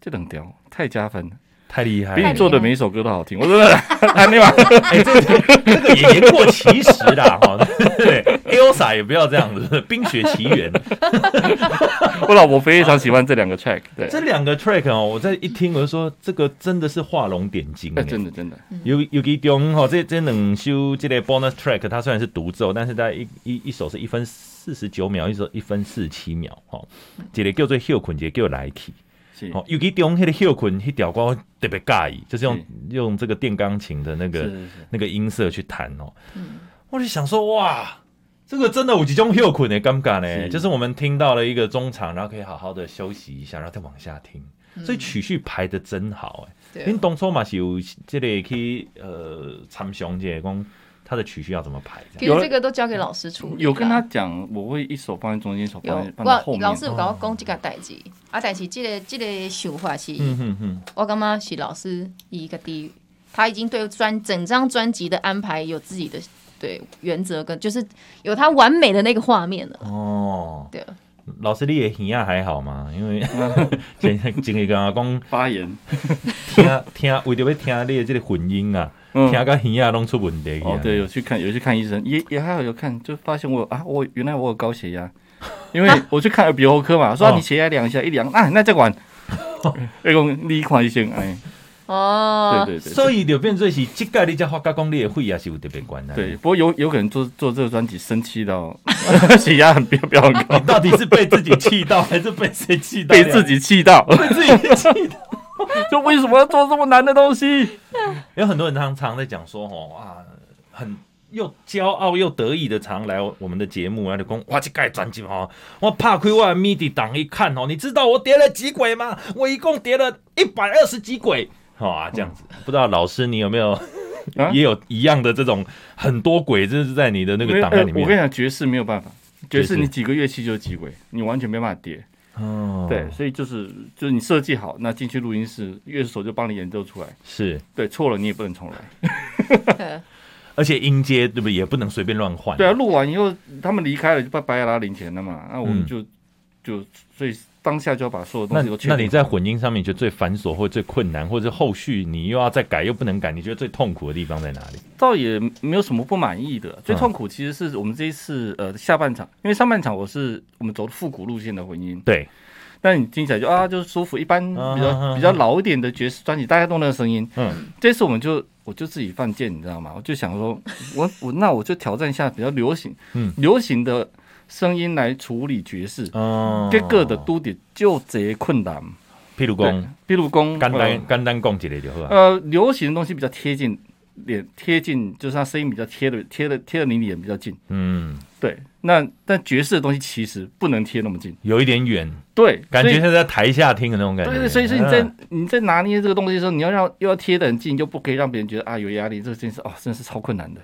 Speaker 6: 这冷调太加分了，
Speaker 4: 太厉害了，
Speaker 6: 比
Speaker 7: 太
Speaker 6: 你
Speaker 7: 厉
Speaker 6: 做的
Speaker 7: 害
Speaker 6: 每一首歌都好听。我说 弹你吧，
Speaker 4: 哎，这这个也言过其实啦，哈， 对，Elsa 也不要这样子，《冰雪奇缘》
Speaker 6: 我老婆非常喜欢这两个 track，对，
Speaker 4: 这两个 track 哦，我在一听我就说，这个真的是画龙点睛
Speaker 6: 哎
Speaker 4: 哎，
Speaker 6: 真的真的，
Speaker 4: 尤尤其中吼，这这两首这个 bonus track，它虽然是独奏，但是它一一一首是一分四十九秒，一首一分四十七秒，吼，一个叫做休困，一个叫来去。
Speaker 6: 是
Speaker 4: 哦，尤其中迄个休困迄条歌我特别介意，就是用
Speaker 6: 是
Speaker 4: 用这个电钢琴的那个
Speaker 6: 嗯是是
Speaker 4: 那个音色去弹哦。
Speaker 7: 嗯
Speaker 4: 我就想说，哇，这个真的有几种休困的尴尬呢，
Speaker 6: 是
Speaker 4: 就是我们听到了一个中场，然后可以好好的休息一下，然后再往下听。所以曲序排的真好哎、
Speaker 7: 嗯对
Speaker 4: 您当初嘛是有这类去呃参详这个讲他的曲序要怎么排这
Speaker 7: 其
Speaker 4: 样，
Speaker 7: 实这个都交给老师处理啦。
Speaker 6: 有跟他讲，我会一手放在中间，一手
Speaker 7: 有
Speaker 6: 放在放在后
Speaker 7: 我
Speaker 6: 面。哦
Speaker 7: 老师有跟我讲这个代志，啊，但是这个这个想法是，
Speaker 4: 嗯哼哼，
Speaker 7: 我感觉是老师伊个第一，他已经对专整张专辑的安排有自己的对原则跟，就是有他完美的那个画面了。
Speaker 4: 哦，
Speaker 7: 对，
Speaker 4: 老师你的耳啊还好吗？因 为前前一刚刚
Speaker 6: 发 言，
Speaker 4: 讲听听为着要听你的这个混音啊，
Speaker 6: 嗯
Speaker 4: 听到耳啊拢出问题去
Speaker 6: 哦
Speaker 4: 啊，
Speaker 6: 对，有去看，有去看医生，也也还好有看，就发现我有啊，我原来我有高血 压，因为我去看耳鼻喉科嘛，说、
Speaker 4: 哦
Speaker 6: 啊、你血压量一下，一量啊，那 再管，哎讲你看医生，哎，
Speaker 7: 哦，
Speaker 6: 对对对。
Speaker 4: 所以就变做是即个你才发觉讲你的肺也是有特别关的。
Speaker 6: 对，，不过有有可能做做这个专辑生气到 血压很飙飙很高，
Speaker 4: 到底是被自己气到，还是被谁气到？
Speaker 6: 被自己气到，
Speaker 4: 被自己气到。
Speaker 6: 就为什么要做这么难的东西？
Speaker 4: 有很多人常常在讲说，哦啊，很又骄傲又得意的常来我们的节目，然后就讲哇，这盖专辑哦，我怕亏我的米底档一看哦，你知道我叠了几轨吗？我一共叠了一百二十几轨。好、啊，这样子，不知道老师你有没有、
Speaker 6: 啊
Speaker 4: 也有一样的这种很多轨，就是在你的那
Speaker 6: 没
Speaker 4: 个
Speaker 6: 有
Speaker 4: 档案
Speaker 6: 呃
Speaker 4: 里
Speaker 6: 我跟你
Speaker 4: 面。
Speaker 6: 讲，爵士没有办法，爵
Speaker 4: 爵
Speaker 6: 士
Speaker 4: 士
Speaker 6: 你几个乐器就几轨，你完全没办法叠。
Speaker 4: 哦
Speaker 6: 对，，所以就是就是你设计好，那进去录音室，乐手就帮你演奏出来。
Speaker 4: 是，
Speaker 6: 对，错了你也不能重
Speaker 4: 哎
Speaker 6: 来。
Speaker 7: 对
Speaker 4: 而且音阶对不对？也不能随便乱换。
Speaker 6: 对啊，录完以后他们离开了，就拜拜啦，领钱了嘛。啊那我
Speaker 4: 嗯
Speaker 6: 们就、就所以当下就要把所有东
Speaker 4: 那
Speaker 6: 西都确定
Speaker 4: 那你在混音上面，你觉得最繁琐或最困难，或者后续你又要再改又不能改，你觉得最痛苦的地方在哪里？
Speaker 6: 倒也没有什么不满意
Speaker 4: 嗯
Speaker 6: 的，最痛苦其实是我们这一次呃下半场，因为上半场我是我们走复古路线的混音，
Speaker 4: 对，
Speaker 6: 但你听起来就啊就是舒服，一般
Speaker 4: 啊
Speaker 6: 比较、
Speaker 4: 啊啊
Speaker 6: 比较老一点的爵士专辑大家都那个声音，
Speaker 4: 嗯，
Speaker 6: 这次我们就我就自己犯贱，你知道吗？我就想说，我我那我就挑战一下比较流行，
Speaker 4: 嗯
Speaker 6: 流行的声音来处理爵士，
Speaker 4: 哦
Speaker 6: 这个的都得就这困难。
Speaker 4: 譬如
Speaker 6: 对
Speaker 4: 讲，
Speaker 6: 比如讲
Speaker 4: 简单
Speaker 6: 呃
Speaker 4: 简单讲一个就好啊。
Speaker 6: 呃，流行的东西比较贴近脸贴近，就是他声音比较贴的，贴的贴的离脸比较近。
Speaker 4: 嗯，
Speaker 6: 对，那但爵士的东西其实不能贴那么近，
Speaker 4: 有一点远，
Speaker 6: 对，
Speaker 4: 感
Speaker 6: 所
Speaker 4: 觉
Speaker 6: 以
Speaker 4: 像在台下听的那种感觉。
Speaker 6: 对对，所以所以你在
Speaker 4: 嗯
Speaker 6: 你在拿捏这个东西的时候，你要让又要贴得很近，又不可以让别人觉得啊有压力，这件事哦真的是超困 难的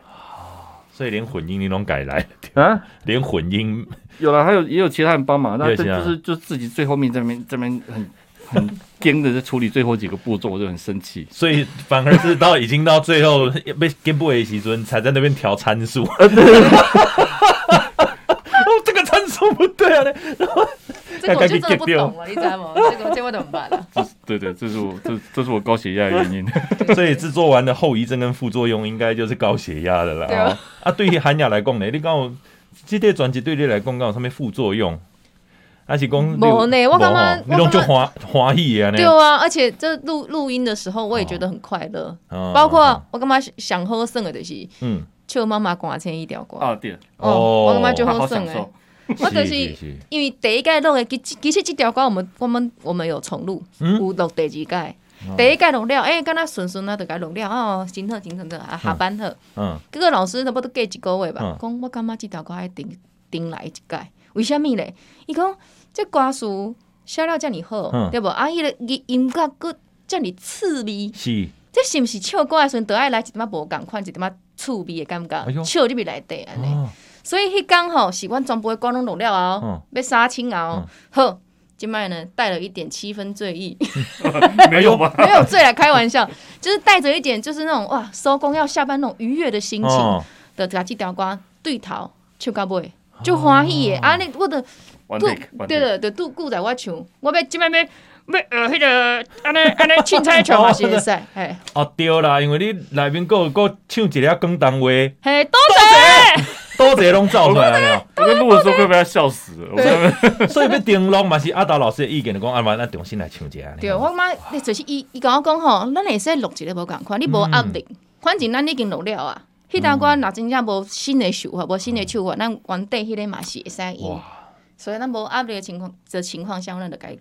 Speaker 4: 所以连混音你拢改来，
Speaker 6: 啊。
Speaker 4: 连混音
Speaker 6: 有了，还有也有其他人帮忙，
Speaker 4: 也
Speaker 6: 那
Speaker 4: 有
Speaker 6: 这
Speaker 4: 其他
Speaker 6: 就是就自己最后面这边这边很很颠的在处理最后几个步骤，我就很生气。
Speaker 4: 所以反而是到已经到最后被 game boy 的时尊才在那边调参数。
Speaker 6: 呃
Speaker 4: 哦，这个参数不对啊！
Speaker 7: 这个我就真的不懂了，你知道吗？这个这我怎么办 啊？
Speaker 6: 这是对对，这是我这这是我高血压的 原因。
Speaker 4: 所以制作完的后遗症跟副作用应该就是高血压的啦。
Speaker 7: 对啊
Speaker 4: 哦啊，对于韩雅来讲呢，你讲有这个专辑对你来讲有什么副作用？还是讲你有
Speaker 7: 嗯没呢我感觉
Speaker 4: 没哦你
Speaker 7: 我
Speaker 4: 拢
Speaker 7: 感觉
Speaker 4: 就欢欢喜啊呢
Speaker 7: 对。啊，而且这录录音的时候，我也觉得很快乐。
Speaker 4: 哦
Speaker 7: 包括我感觉想喝剩的就是
Speaker 4: 嗯
Speaker 7: 笑妈妈赶车一条歌，
Speaker 6: 啊，对了，
Speaker 4: 哦
Speaker 7: 哦，我感觉就
Speaker 6: 他好
Speaker 7: 好
Speaker 6: 享
Speaker 7: 剩诶
Speaker 6: 受。。
Speaker 7: 我就是是
Speaker 4: 是
Speaker 7: 因为第一届录的，其其实这条歌我们我们我们有重录，有录第二届。第一届录了，哎，敢若顺顺啊，就甲录了哦，真好真好真好，啊下班好。
Speaker 4: 嗯
Speaker 7: 这个老师差不多过一个月
Speaker 4: 嗯
Speaker 7: 吧，讲我感觉这条歌爱定定来一届，为什么咧？伊讲这歌词写了遮尔
Speaker 4: 嗯
Speaker 7: 好，对无？啊，迄个音音乐佫遮尔趣味，
Speaker 4: 是
Speaker 7: 这是毋是唱歌的时阵都爱来一点仔无共款，一点仔趣味的感
Speaker 4: 哎呦
Speaker 7: 觉，笑入去内底安尼。
Speaker 4: 哦
Speaker 7: 所以迄天吼是阮全部的歌拢录了啊
Speaker 4: 嗯
Speaker 7: 哦，要杀青啊哦，好。今麦呢，带了一点七分醉意， 欸
Speaker 6: 没有吧？
Speaker 7: 没有醉来开玩笑，就是带着一点就是那种哇，收工要下班那种愉悦的心情，
Speaker 4: 哦，
Speaker 7: 就甲即条歌对头唱到尾，就欢喜的。啊，你我的
Speaker 6: 完
Speaker 7: 对
Speaker 6: take，完
Speaker 7: 对
Speaker 6: take
Speaker 7: 的，就拄久在我唱，我要即摆要要呃迄个安尼安尼凊彩唱嘛是会使，嘿，
Speaker 4: 哦对啦，因为你内面够够唱一个广东话，
Speaker 7: 嘿，多谢。
Speaker 4: 多者拢走出来了 没
Speaker 6: 我在录的时候快被他笑死了。我在
Speaker 4: 有，所以要定录嘛是阿达老师的意见，就讲啊嘛，咱重新来唱一下。
Speaker 7: 对，我妈你就是伊伊甲我讲吼，咱会使录一个无共款，你无
Speaker 4: 嗯
Speaker 7: 压力，反正咱已经录了啊。迄搭歌若真正无新的手
Speaker 4: 嗯
Speaker 7: 法，无新的手法，咱原底迄个嘛是会使用。所以咱无压力的情况的情况下，咱就该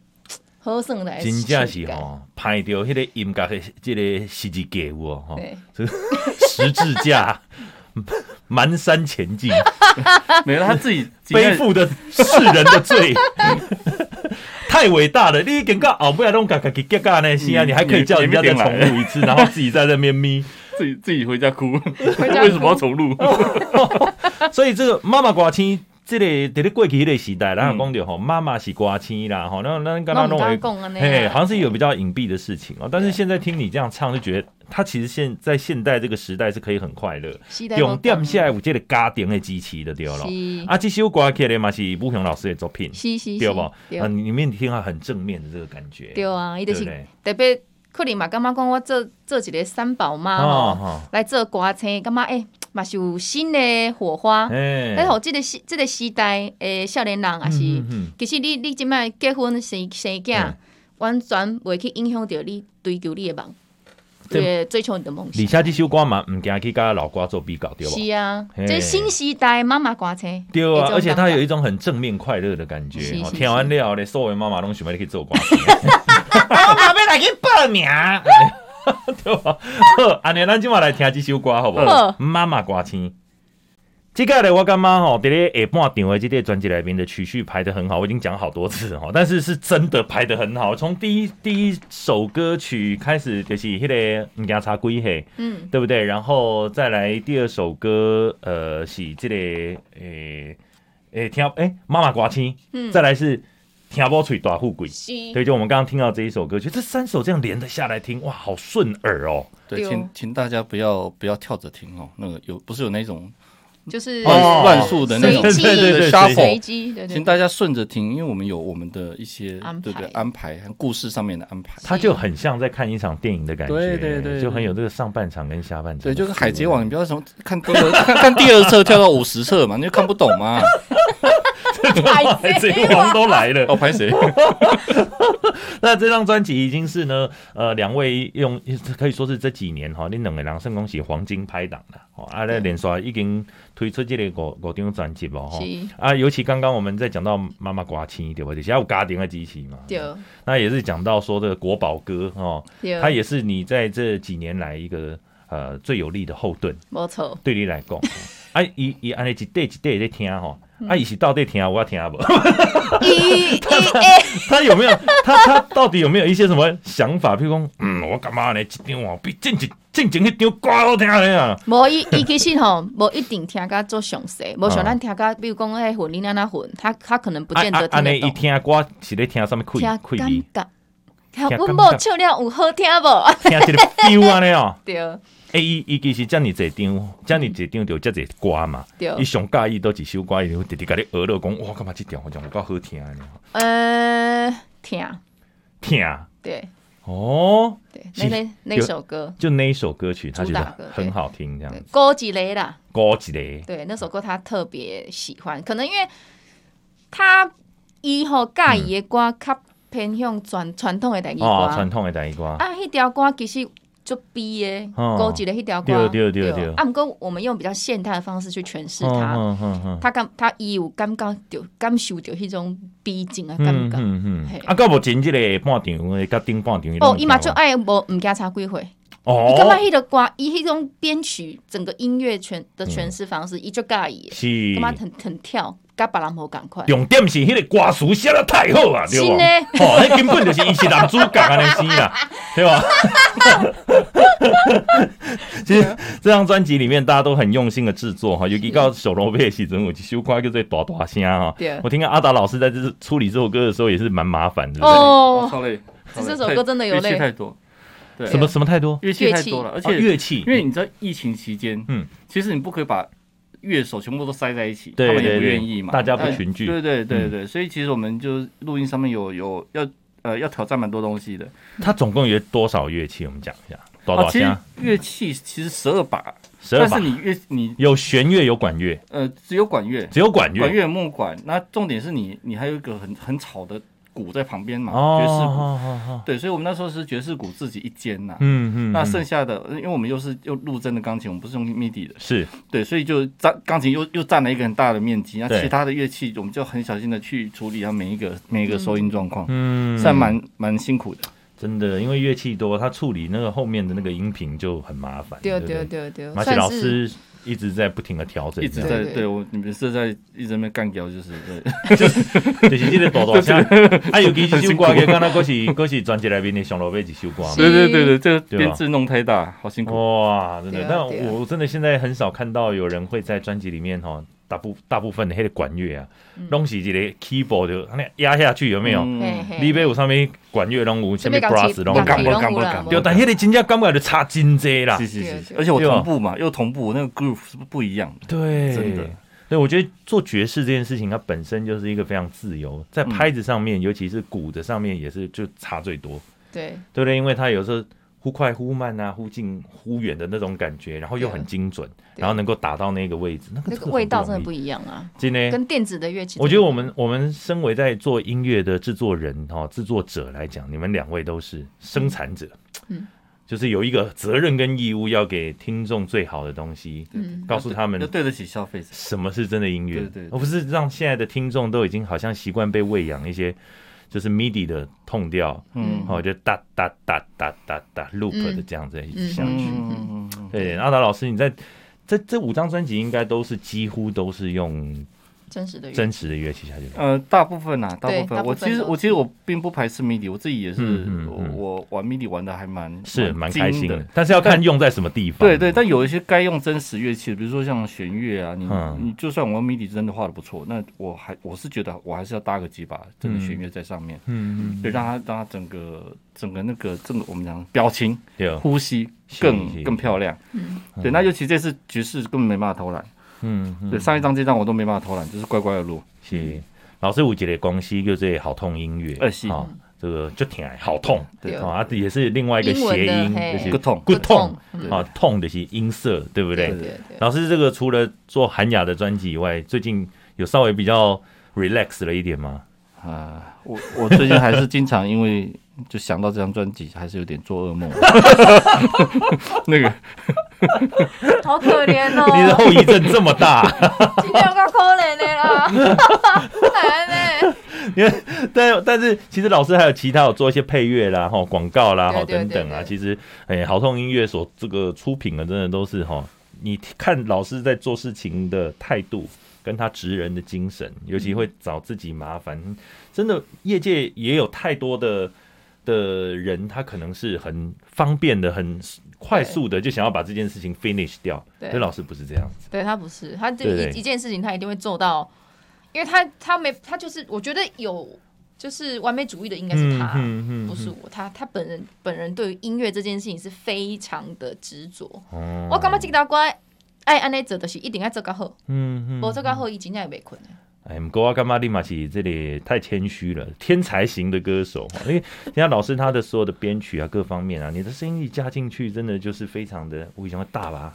Speaker 7: 好算来试
Speaker 4: 真
Speaker 7: 试
Speaker 4: 正
Speaker 7: 看。
Speaker 4: 是吼，拍着迄个音乐的即个十字架有哦，吼
Speaker 7: 对，
Speaker 4: 这个 十字架蹒跚前 进，
Speaker 6: 没有他自己
Speaker 4: 背负的世人的 罪，太伟大了！你感觉后尾啊拢家家己结尬呢，是啊，
Speaker 6: 嗯
Speaker 4: 你还可以叫人家再重录一次，然后自己在那边咪。
Speaker 6: 自己自己回家哭，
Speaker 7: 家哭
Speaker 6: 为什么要重录？
Speaker 4: 所以这个妈妈歌星，这个伫咧过去迄个时代，然后讲着吼，妈妈是歌星啦，吼，那那刚刚
Speaker 7: 我
Speaker 4: 弄
Speaker 7: 们
Speaker 4: 为
Speaker 7: 刚刚讲安尼啊
Speaker 4: 嘿，好像是有比较隐蔽的事情哦。但是现在听你这样唱，就觉得他其实现在现代这个时代是可以很快乐，
Speaker 7: 时代无
Speaker 4: 重点
Speaker 7: 同
Speaker 4: 下有这个家庭的支持的对了
Speaker 7: 是。
Speaker 4: 啊，这首歌曲咧嘛是武雄老师的作品，
Speaker 7: 是是是
Speaker 4: 对不？
Speaker 7: 对
Speaker 4: 啊，里面听到很正面的这个感觉，
Speaker 7: 对啊，伊就
Speaker 4: 对不
Speaker 7: 是特别可能嘛，感觉讲我做做一个三宝妈
Speaker 4: 哦
Speaker 7: 吼
Speaker 4: 哦，
Speaker 7: 来做歌星，感觉诶嘛是有新的火花。
Speaker 4: 哎
Speaker 7: 哎，吼，即个时即个时代诶，少年人也
Speaker 4: 嗯
Speaker 7: 是
Speaker 4: 嗯嗯，
Speaker 7: 其实你你即摆结婚生生
Speaker 4: 嗯
Speaker 7: 囝，完全袂去影响到你追求你的梦，
Speaker 4: 对
Speaker 7: 对，追求你的梦
Speaker 4: 而
Speaker 7: 想。
Speaker 4: 且这首歌嘛，唔惊去跟老歌做比较，对不？
Speaker 7: 是啊，
Speaker 4: 嘿
Speaker 7: 这新时代妈妈歌星，
Speaker 4: 对啊，而且它有一
Speaker 7: 一
Speaker 4: 种很正面快乐的感
Speaker 7: 是
Speaker 4: 觉。
Speaker 7: 是
Speaker 4: 哦
Speaker 7: 是
Speaker 4: 听完了咧，所有的妈妈拢想要你去做 官，妈妈要来去报名，对吧？ 好，安尼咱今晚来听这首歌好不好
Speaker 7: 好？
Speaker 4: 妈妈歌星。这个呢，我感觉吼，伫咧下半场的这个专辑里面的曲序排的很好，我已经讲好多次哦，但是是真的排的很好。从第一第一首歌曲开始，就是迄、个唔惊差几岁，
Speaker 7: 嗯，
Speaker 4: 对不对？然后再来第二首歌，呃，是这个诶诶、听诶妈妈刮青，
Speaker 7: 嗯
Speaker 4: 再来是听波嘴大富贵，
Speaker 7: 是
Speaker 4: 对，就我们刚刚听到这一首歌曲，这三首这样连着下来听，哇，好顺耳哦。
Speaker 6: 对，
Speaker 7: 对哦
Speaker 6: 请请大家不要不要跳着听哦，那个有不是有那种
Speaker 7: 就是
Speaker 6: 乱乱数的那种
Speaker 7: 随
Speaker 4: 哦
Speaker 7: 机
Speaker 4: 对对对
Speaker 6: 对
Speaker 7: 随机，对
Speaker 6: 请
Speaker 7: 对，
Speaker 6: 大家顺着听，因为我们有我们的一些
Speaker 7: 安排
Speaker 6: 对对安排和故事上面的安排。
Speaker 4: 它就很像在看一场电影的感觉，欸
Speaker 6: 对对对
Speaker 4: 就很有这个上半场跟下半场。
Speaker 6: 对，就是《海贼王》，你不要从看第二看看第二册跳到五十册嘛，你就看不懂 嘛。
Speaker 4: 海贼王都来了
Speaker 6: 哦，。拍谁？
Speaker 4: 那这张专辑已经是呢，呃，两位用可以说是这几年哈，恁两个人算恭喜黄金拍档了，哦，啊，那连刷已经推出这个五五张专辑哦，哈
Speaker 7: 是，
Speaker 4: 啊，尤其刚刚我们在讲到妈妈刮青对吧？就是要有家庭的机器嘛，
Speaker 7: 对
Speaker 4: 那也是讲到说这个国宝歌哦，
Speaker 7: 对，
Speaker 4: 它也是你在这几年来一个呃最有力的后盾。
Speaker 7: 无错，
Speaker 4: 对你来 讲，啊，伊伊安尼一代一代在听吼，
Speaker 7: 嗯
Speaker 4: 啊，伊是到底听我听无？
Speaker 7: 伊伊诶，
Speaker 4: 他有没有他他到底有没有一些什么想法？譬如讲，嗯，我干嘛呢？一张哦，比正经正经迄张歌好听咧啊！
Speaker 7: 无伊伊其实吼， 无一定听甲足详
Speaker 4: 哦
Speaker 7: 细，无像咱听甲，比如讲迄混音安那混，他他可能不见得听
Speaker 4: 啊安尼
Speaker 7: 得
Speaker 4: 伊
Speaker 7: 懂。
Speaker 4: 听歌是咧听什么
Speaker 7: 听
Speaker 4: 开开
Speaker 7: 感
Speaker 4: 伊？
Speaker 7: 觉，
Speaker 4: 感觉
Speaker 7: 阮某唱了有好听无？
Speaker 4: 听这个 feel 安尼哦。
Speaker 7: 对
Speaker 4: 诶，伊伊其实遮尔侪张，遮尔侪
Speaker 7: 嗯
Speaker 4: 张就遮侪歌嘛。
Speaker 7: 对
Speaker 4: 伊上介意倒一首歌，伊就直直甲你学落讲，哇，感觉即条好像有够好听安尼哦
Speaker 7: 呃，听，
Speaker 4: 听啊
Speaker 7: 对
Speaker 4: 哦，
Speaker 7: 对，
Speaker 4: 是
Speaker 7: 那那那
Speaker 4: 对
Speaker 7: 首歌，
Speaker 4: 就那一首歌曲，他觉
Speaker 7: 主打歌
Speaker 4: 得很
Speaker 7: 对
Speaker 4: 好听，这样子。
Speaker 7: 歌一个啦，
Speaker 4: 歌一个，
Speaker 7: 对，那首歌他特别喜欢，可能因为他伊吼介意的歌较偏向传传统的台语歌，
Speaker 4: 嗯哦，传统的台语歌，
Speaker 7: 啊，迄条歌其实就逼的，
Speaker 4: 哦
Speaker 7: 高级的迄条歌，
Speaker 4: 对对对对
Speaker 7: 啊，毋过我们用比较现代的方式去诠释
Speaker 4: 嗯
Speaker 7: 它，
Speaker 4: 嗯嗯嗯
Speaker 7: 他感他伊有感觉着感受着迄种逼近的感
Speaker 4: 嗯
Speaker 7: 觉。
Speaker 4: 嗯嗯
Speaker 7: 嘿
Speaker 4: 嗯，啊，到目前即个半场的甲顶半场的
Speaker 7: 哦
Speaker 4: 拢，有
Speaker 7: 伊嘛
Speaker 4: 听
Speaker 7: 就爱无毋惊差几回，伊感觉
Speaker 4: 哦，
Speaker 7: 迄个歌，伊迄种编曲整个音乐全的诠释方式，伊就介意的，
Speaker 4: 是
Speaker 7: 感觉很很跳，甲别人无共款。
Speaker 4: 重点是迄个歌词写得太好啊，对
Speaker 7: 是
Speaker 4: 无？
Speaker 7: 呢
Speaker 4: 哦，迄根本就是伊是男主角啊安尼死 啦，对吧？其实这张专辑里面大家都很用心的制作哈，尤其到手罗贝时阵，我就修歌叫做大大声啊哈
Speaker 7: 对。
Speaker 4: 我听到阿达老师在这处理这首歌的时候也是蛮麻烦的，
Speaker 6: 哦，
Speaker 7: 哦，
Speaker 6: 超累，超累
Speaker 7: 这首歌真的有
Speaker 6: 乐器
Speaker 7: 累
Speaker 6: 太多，对，
Speaker 4: 什么什么太多，
Speaker 6: 乐器太多了，而
Speaker 7: 啊
Speaker 4: 哦
Speaker 6: 且
Speaker 4: 乐器
Speaker 6: 因为你知道疫情期间，
Speaker 4: 嗯
Speaker 6: 嗯，其实你不可以把乐手全部都塞在一起，
Speaker 4: 对
Speaker 6: 他们也
Speaker 4: 对
Speaker 6: 不
Speaker 4: 对
Speaker 6: 愿意嘛，
Speaker 4: 大家不
Speaker 6: 但
Speaker 4: 群聚嗯
Speaker 6: 对对对对对，所以其实我们就录音上面有有要呃要挑战蛮多东西的。
Speaker 4: 它总共有多少乐器？我们讲一下，大
Speaker 6: 哦
Speaker 4: 大，
Speaker 6: 其实
Speaker 4: 声，
Speaker 6: 乐器其实十二把，
Speaker 4: 啊十二
Speaker 6: 但
Speaker 4: 把
Speaker 6: 是，你乐你
Speaker 4: 有弦乐有管乐，
Speaker 6: 呃只有管乐，
Speaker 4: 只有管乐
Speaker 6: 管乐木管，那重点是你你还有一个很很吵的鼓在旁边嘛，
Speaker 4: 哦，
Speaker 6: 爵士鼓。
Speaker 4: 好好好
Speaker 6: 对，所以我们那时候是爵士鼓自己一间呐。
Speaker 4: 嗯嗯，
Speaker 6: 那
Speaker 4: 嗯
Speaker 6: 剩下的，因为我们又是又录真的钢琴，我们不是用 MIDI 的，
Speaker 4: 是
Speaker 6: 对，所以就占钢琴又又占了一个很大的面积，那
Speaker 4: 对
Speaker 6: 其他的乐器我们就很小心的去处理它每一个每一个收音状况，
Speaker 4: 嗯
Speaker 6: 算蛮蛮辛苦的。
Speaker 4: 真的，因为乐器多，它处理那个后面的那个音频就很麻烦。
Speaker 7: 对
Speaker 4: 不
Speaker 7: 对。对对，
Speaker 4: 马奇老
Speaker 7: 算是
Speaker 4: 师一直在不停的调整，
Speaker 6: 一直
Speaker 4: 这样
Speaker 6: 在
Speaker 7: 对
Speaker 6: 对我你们是在一直在那边干掉，就是对，
Speaker 4: 就是这个大大声。啊，尤其这首歌，刚刚嗰是嗰是专辑内面的上落尾一首歌嘛。
Speaker 6: 对对对对，啊哦这个
Speaker 4: 对吧
Speaker 6: 编制弄太大，好辛苦。
Speaker 4: 哇，真
Speaker 7: 对
Speaker 4: 的
Speaker 7: 啊，
Speaker 4: 但
Speaker 7: 对啊
Speaker 4: 我真的现在很少看到有人会在专辑里面哈，大部大部分的那个管乐啊，
Speaker 7: 嗯
Speaker 4: 拢是一个 keyboard 就那样压下去，有没有？
Speaker 6: 嗯
Speaker 7: 嘿嘿
Speaker 4: 里边有上面管乐拢有，下面
Speaker 7: 这边
Speaker 4: brass 拢
Speaker 6: 不
Speaker 4: 有
Speaker 7: 钢
Speaker 6: 敢
Speaker 7: 琴
Speaker 6: 不敢
Speaker 7: 拢有啦
Speaker 6: 不
Speaker 4: 对，
Speaker 6: 敢
Speaker 4: 但迄个真正感觉就差真济啦
Speaker 6: 是。是是是，
Speaker 7: 对
Speaker 6: 啊而且我
Speaker 4: 对吧
Speaker 6: 同步嘛，又同步，那个 groove 是不不一样的。
Speaker 4: 对，
Speaker 6: 真的。
Speaker 4: 对，我觉得做爵士这件事情，它本身就是一个非常自由，在
Speaker 6: 嗯
Speaker 4: 拍子上面，尤其是鼓的上面，也是就差最多，
Speaker 7: 对
Speaker 4: 对不对？因为它有时候忽快忽慢啊，忽近忽远的那种感觉，然后又
Speaker 7: 对啊
Speaker 4: 很精准，
Speaker 7: 对
Speaker 4: 然后能够打到那个位置，那个
Speaker 7: 那
Speaker 4: 这个
Speaker 7: 个
Speaker 4: 很
Speaker 7: 味道真的不
Speaker 4: 容易
Speaker 7: 一样啊，
Speaker 4: 真的
Speaker 7: 跟电子的乐器真的不一样。
Speaker 4: 我觉得我们我们身为在做音乐的制作人哈、制作者来讲，你们两位都是生产者，
Speaker 7: 嗯，
Speaker 4: 就是有一个责任跟义务要给听众最好的东西，
Speaker 7: 嗯
Speaker 4: 告诉他们
Speaker 6: 要对得起消费者。
Speaker 4: 什么是真的音乐，
Speaker 6: 对对对
Speaker 4: 而不是让现在的听众都已经好像习惯被喂养一些就是 MIDI 的痛调，
Speaker 6: 嗯，
Speaker 4: 哦，就哒哒哒哒哒哒 loop
Speaker 7: 嗯
Speaker 4: 的这样子一直下去。
Speaker 6: 嗯嗯嗯
Speaker 4: 对，阿达老师，你在这这五张专辑应该都是几乎都是用
Speaker 7: 真实的乐器
Speaker 4: 真实的乐器下去录，
Speaker 6: 呃，大部分啊，大
Speaker 7: 对
Speaker 6: 部
Speaker 7: 大
Speaker 6: 分，
Speaker 7: 部
Speaker 6: 我
Speaker 7: 分
Speaker 6: 其实
Speaker 7: 都
Speaker 6: 我其实我并不排斥 MIDI，我自己也是
Speaker 4: 嗯，嗯
Speaker 6: 我
Speaker 4: 嗯
Speaker 6: 我玩 MIDI 玩的还蛮
Speaker 4: 是蛮
Speaker 6: 精
Speaker 4: 开心的
Speaker 6: 的。，
Speaker 4: 但是要看用在什么地方。
Speaker 6: 对对，但有一些该用真实乐器的，比如说像弦乐啊，你
Speaker 4: 嗯
Speaker 6: 你就算我玩 MIDI 真的画的不错，那我还我是觉得我还是要搭个几把真的弦乐在上面，
Speaker 4: 嗯，嗯，
Speaker 6: 对，让它让它整个整个那个整个我们讲表情、
Speaker 4: 对哦，
Speaker 6: 呼吸
Speaker 4: 是是
Speaker 6: 更更漂亮。
Speaker 7: 嗯
Speaker 6: 对，那尤其这次爵士根本没办法偷懒，
Speaker 4: 嗯嗯，
Speaker 6: 对，上一张这张我都没办法偷懒，就是乖乖的录。
Speaker 4: 是老师有一个公司叫做好痛音乐，
Speaker 6: 嗯呃是
Speaker 4: 哦这个就挺好痛，
Speaker 7: 对
Speaker 4: 哦啊，也是另外一个
Speaker 7: 英文
Speaker 4: 谐
Speaker 7: 的
Speaker 4: 音，
Speaker 7: 嘿
Speaker 4: 就是
Speaker 6: Good tone
Speaker 4: good tone，
Speaker 7: 嗯
Speaker 4: 啊，痛的是音色，对不
Speaker 7: 对
Speaker 4: 对？
Speaker 7: 对对。
Speaker 4: 老师这个除了做韩雅的专辑以外，最近有稍微比较 relax 了一点吗？
Speaker 6: 啊，我我最近还是经常因为就想到这张专辑，还是有点做噩梦。 那个
Speaker 5: 好可怜
Speaker 4: 你的
Speaker 5: 哦，
Speaker 4: 后遗症这么大，啊
Speaker 5: 今天有够可怜的啦，难呢。欸
Speaker 4: 因为但但是其实老师还有其他有做一些配乐啦、哈广告啦、哈
Speaker 7: 对对
Speaker 4: 等等啊，
Speaker 7: 对对
Speaker 4: 其实诶、豪通音乐所这个出品的，真的都是哈，你看老师在做事情的态度。跟他职人的精神，尤其会找自己麻烦，真的业界也有太多的的人，他可能是很方便的、很快速的，就想要把这件事情 finish 掉。
Speaker 7: 对
Speaker 4: 可是老师不是这样子，
Speaker 7: 对他不是，他这
Speaker 4: 对对
Speaker 7: 一一件事情他一定会做到，因为他他没他就是我觉得有就是完美主义的应该是他，
Speaker 4: 嗯嗯嗯
Speaker 7: 不是我，他他本人本人对于音乐这件事情是非常的执着。
Speaker 4: 哦
Speaker 7: 我感觉这个歌爱安尼做，就是一定要做较好，
Speaker 4: 嗯嗯
Speaker 7: 无做较好，伊真正会袂困。
Speaker 4: 哎，不过我干嘛立马起这里太谦虚了，天才型的歌手，因为人家老师他的所有的编曲啊，各方面啊，你的声音一加进去，真的就是非常的，我以前会大吧，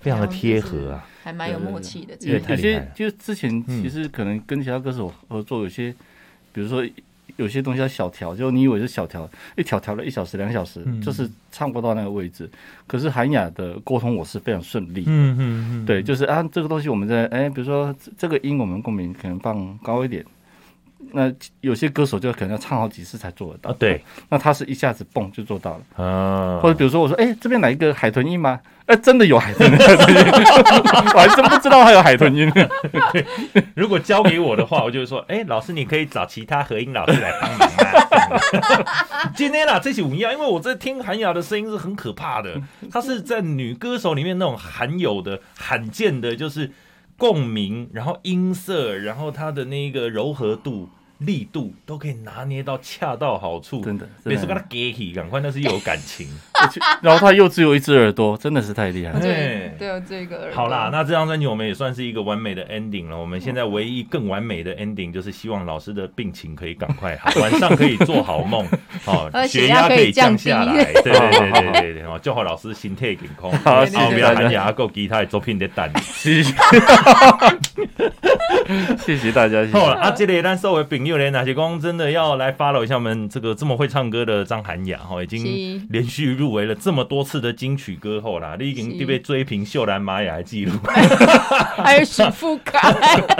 Speaker 4: 非常的贴合啊，，
Speaker 7: 还蛮有默契的。
Speaker 4: 对
Speaker 7: 真
Speaker 6: 有
Speaker 7: 的
Speaker 4: 太
Speaker 6: 有
Speaker 4: 厉害
Speaker 6: 些
Speaker 4: 了嗯
Speaker 6: 就是之前其实可能跟其他歌手合作，有些比如说有些东西要小调，就你以为是小调，一调调了一小时两小时，
Speaker 4: 嗯
Speaker 6: 就是唱不到那个位置。可是韩雅的沟通我是非常顺利，
Speaker 4: 嗯嗯嗯，
Speaker 6: 对，就是啊这个东西我们在哎，比如说这这个音我们共鸣可能放高一点。那有些歌手就可能要唱好几次才做得到
Speaker 4: 啊，对
Speaker 6: 那他是一下子蹦就做到了，
Speaker 4: 啊，
Speaker 6: 或者比如说我说，哎、这边来一个海豚音吗？哎、真的有 海豚音，我还真不知道还有海豚 音。
Speaker 4: 如果交给我的话， 我就会说，哎、老师，你可以找其他合音老师来帮忙啊。 今天啦，这起舞样，因为我在听韩雅的声音是很可怕的，她是在女歌手里面那种罕有的、罕见的，就是共鸣，然后音色，然后她的那个柔和度。力度都可以拿捏到恰到好处，
Speaker 6: 真的真的
Speaker 4: 每次跟他 g a 赶快，那是又有感情。
Speaker 6: 然后他又只有一只耳朵，真的是太厉害了。
Speaker 4: 哎
Speaker 7: 对对，这 个
Speaker 4: 好啦，那这张专辑我们也算是一个完美的 ending 了。我们现在唯一更完美的 ending 就是希望老师的病情可以赶快 好，晚上可以做好梦，好、
Speaker 7: 呃
Speaker 4: 血
Speaker 7: 血
Speaker 4: 压
Speaker 7: 压
Speaker 4: 可
Speaker 7: 可
Speaker 4: 以
Speaker 7: 以
Speaker 4: 降
Speaker 7: 降
Speaker 4: 下
Speaker 7: 低
Speaker 4: 来。 对对对对对对，哦，就好老师心态健康，哦
Speaker 6: 好谢谢
Speaker 4: 后面
Speaker 6: 大家
Speaker 4: 弹牙够吉他的作品的蛋。
Speaker 6: 谢谢， 谢谢大家，谢
Speaker 4: 好
Speaker 6: 谢。
Speaker 4: 啊，这里咱作为朋友呢，哪些公真的要来 follow 一下我们这个这么会唱歌的张涵雅哦哈，已经
Speaker 7: 是
Speaker 4: 连续入围了这么多次的金曲歌后啦，你已经
Speaker 7: 是
Speaker 4: 被追平秀兰玛雅的记录。
Speaker 7: 还有许富 凯，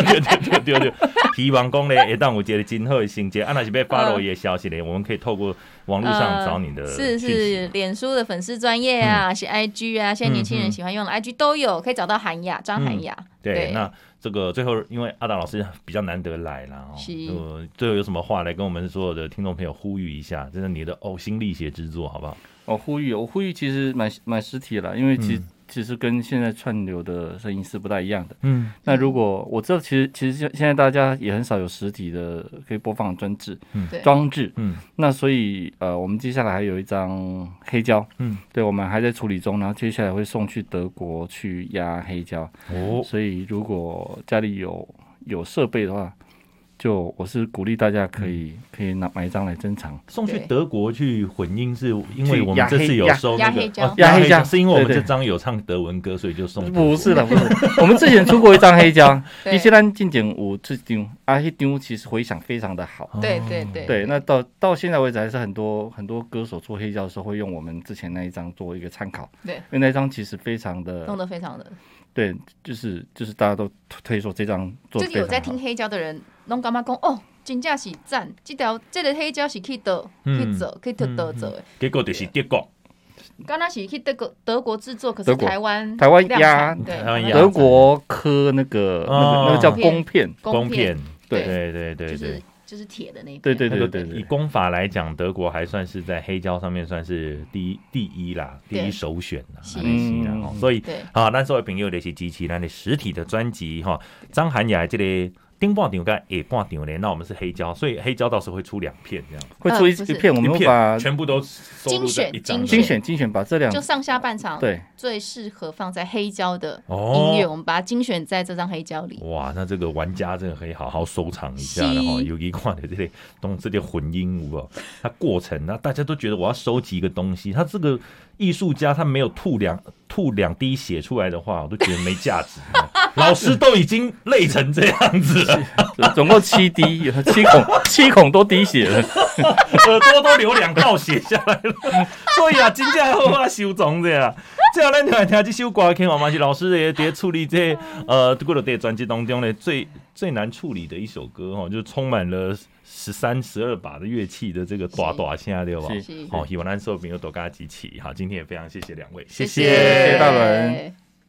Speaker 4: 对对对对对，希望讲咧，一旦有一个真好的成绩，啊，若是被 follow 伊的消息咧，我们可以透过网络上找你的讯
Speaker 7: 是
Speaker 4: 息、
Speaker 7: 是脸书的粉丝专业
Speaker 6: 嗯
Speaker 7: 啊，是 IG 啊，现在年轻人喜欢用的 IG 都有，可以找到韩雅张韩雅。
Speaker 6: 嗯
Speaker 4: 对，
Speaker 7: 对
Speaker 4: 那这个最后，因为阿达老师比较难得来啦，哦
Speaker 7: 是
Speaker 4: 呃，最后有什么话来跟我们所有的听众朋友呼吁一下？真的你的呕心沥血之作，好不好？
Speaker 6: 我呼吁，我呼吁其实买买实体了，因为其实、其实跟现在串流的声音是不太一样的。
Speaker 4: 嗯，
Speaker 6: 那如果我知道，其实其实现现在大家也很少有实体的可以播放的装置，
Speaker 7: 对
Speaker 6: 装置，
Speaker 4: 嗯，
Speaker 6: 那所以呃，我们接下来还有一张黑胶，
Speaker 4: 嗯，
Speaker 6: 对，我们还在处理中，然后接下来会送去德国去压黑胶，
Speaker 4: 哦，
Speaker 6: 所以如果家里有有设备的话，就我是鼓励大家可以、
Speaker 4: 嗯
Speaker 6: 可以拿买一张来珍藏。
Speaker 4: 送去
Speaker 7: 对
Speaker 4: 德国去混音，是因为我们
Speaker 6: 压
Speaker 4: 这
Speaker 6: 黑
Speaker 4: 次有
Speaker 6: 压
Speaker 4: 收那
Speaker 7: 压
Speaker 4: 个
Speaker 7: 黑胶
Speaker 4: 哦
Speaker 6: 压黑胶
Speaker 4: 是因为我们
Speaker 6: 对
Speaker 4: 这
Speaker 6: 对
Speaker 4: 张有唱德文歌，所以就送德国
Speaker 6: 不是的，不是的， 我们之前出过一张黑 胶，
Speaker 7: 对
Speaker 6: 伊前咱进前有这张，啊，迄张其实回响非常的好。
Speaker 7: 对对对
Speaker 6: 哦对，那到到现在为止，还是很多很多歌手做黑胶的时候会用我们之前那一张做一个参考，
Speaker 7: 对，
Speaker 6: 因为那张其实非常的
Speaker 7: 弄得非常的，
Speaker 6: 对，就是就是大家都推推说这张做
Speaker 7: 就
Speaker 6: 得
Speaker 7: 是有
Speaker 6: 非常好
Speaker 7: 在听黑胶的人，拢感觉讲哦，真正是赞，这条这个黑胶是去倒
Speaker 6: 嗯
Speaker 7: 去做去倒倒做的。
Speaker 4: 结果就是德国，
Speaker 7: 刚那是去德国德国制作，可是
Speaker 6: 德国
Speaker 7: 台湾
Speaker 6: 台湾
Speaker 7: 量
Speaker 6: 压
Speaker 7: 产对
Speaker 4: 台湾压
Speaker 6: 德国科那个那
Speaker 4: 哦
Speaker 6: 个那个叫公片，
Speaker 4: 光
Speaker 7: 公
Speaker 4: 片
Speaker 7: 片，
Speaker 6: 对
Speaker 4: 对对对
Speaker 7: 就
Speaker 4: 对
Speaker 7: 是。就是铁的那一片
Speaker 6: 对对
Speaker 4: 那
Speaker 6: 对
Speaker 4: 个
Speaker 6: 对
Speaker 4: 以
Speaker 6: 对，
Speaker 4: 功法来讲，德国还算是在黑胶上面算是第一第一啦，第
Speaker 7: 对
Speaker 4: 一首选啦，
Speaker 7: 是
Speaker 4: 安尼是啦
Speaker 6: 嗯
Speaker 4: 吼所以
Speaker 7: 对
Speaker 4: 啊，咱所有朋友就是支持咱的实体的专辑哈。张涵雅的这个顶半场跟下半场咧，那我们是黑胶，所以黑胶到时候会出两片这样，
Speaker 6: 会出一
Speaker 7: 呃不是
Speaker 6: 一片，我
Speaker 4: 一
Speaker 6: 们会把
Speaker 4: 片全部都收录在一张
Speaker 7: 精选
Speaker 6: 精
Speaker 4: 里
Speaker 6: 选精选把这两
Speaker 7: 就上下半场
Speaker 6: 对
Speaker 7: 最适合放在黑胶的
Speaker 4: 哦
Speaker 7: 音乐，我们把它精选在这张黑胶里。
Speaker 4: 哇，那这个玩家真的可以好好收藏一下了
Speaker 7: 是
Speaker 4: 哈。尤其看的这类东这些混音舞哦，它过程那大家都觉得我要收集一个东西，他这个艺术家他没有吐两吐两滴血出来的话，我都觉得没价值。老师都已经累成这样子了，
Speaker 6: 总共七滴，有七孔七孔都滴血了。
Speaker 4: 耳朵都流两道血下来了，所以啊，今天后啊，修总这样。最后咱就来听这首歌，看我嘛是老师也在处理这呃，过了这专辑当中呢最最难处理的一首歌哦，就充满了十三、十二把的乐器的这个大大声对吧
Speaker 6: 是？
Speaker 7: 是
Speaker 4: 好，希望咱所有朋友都跟他一起。好，今天也非常谢谢两位，谢
Speaker 6: 谢谢大文。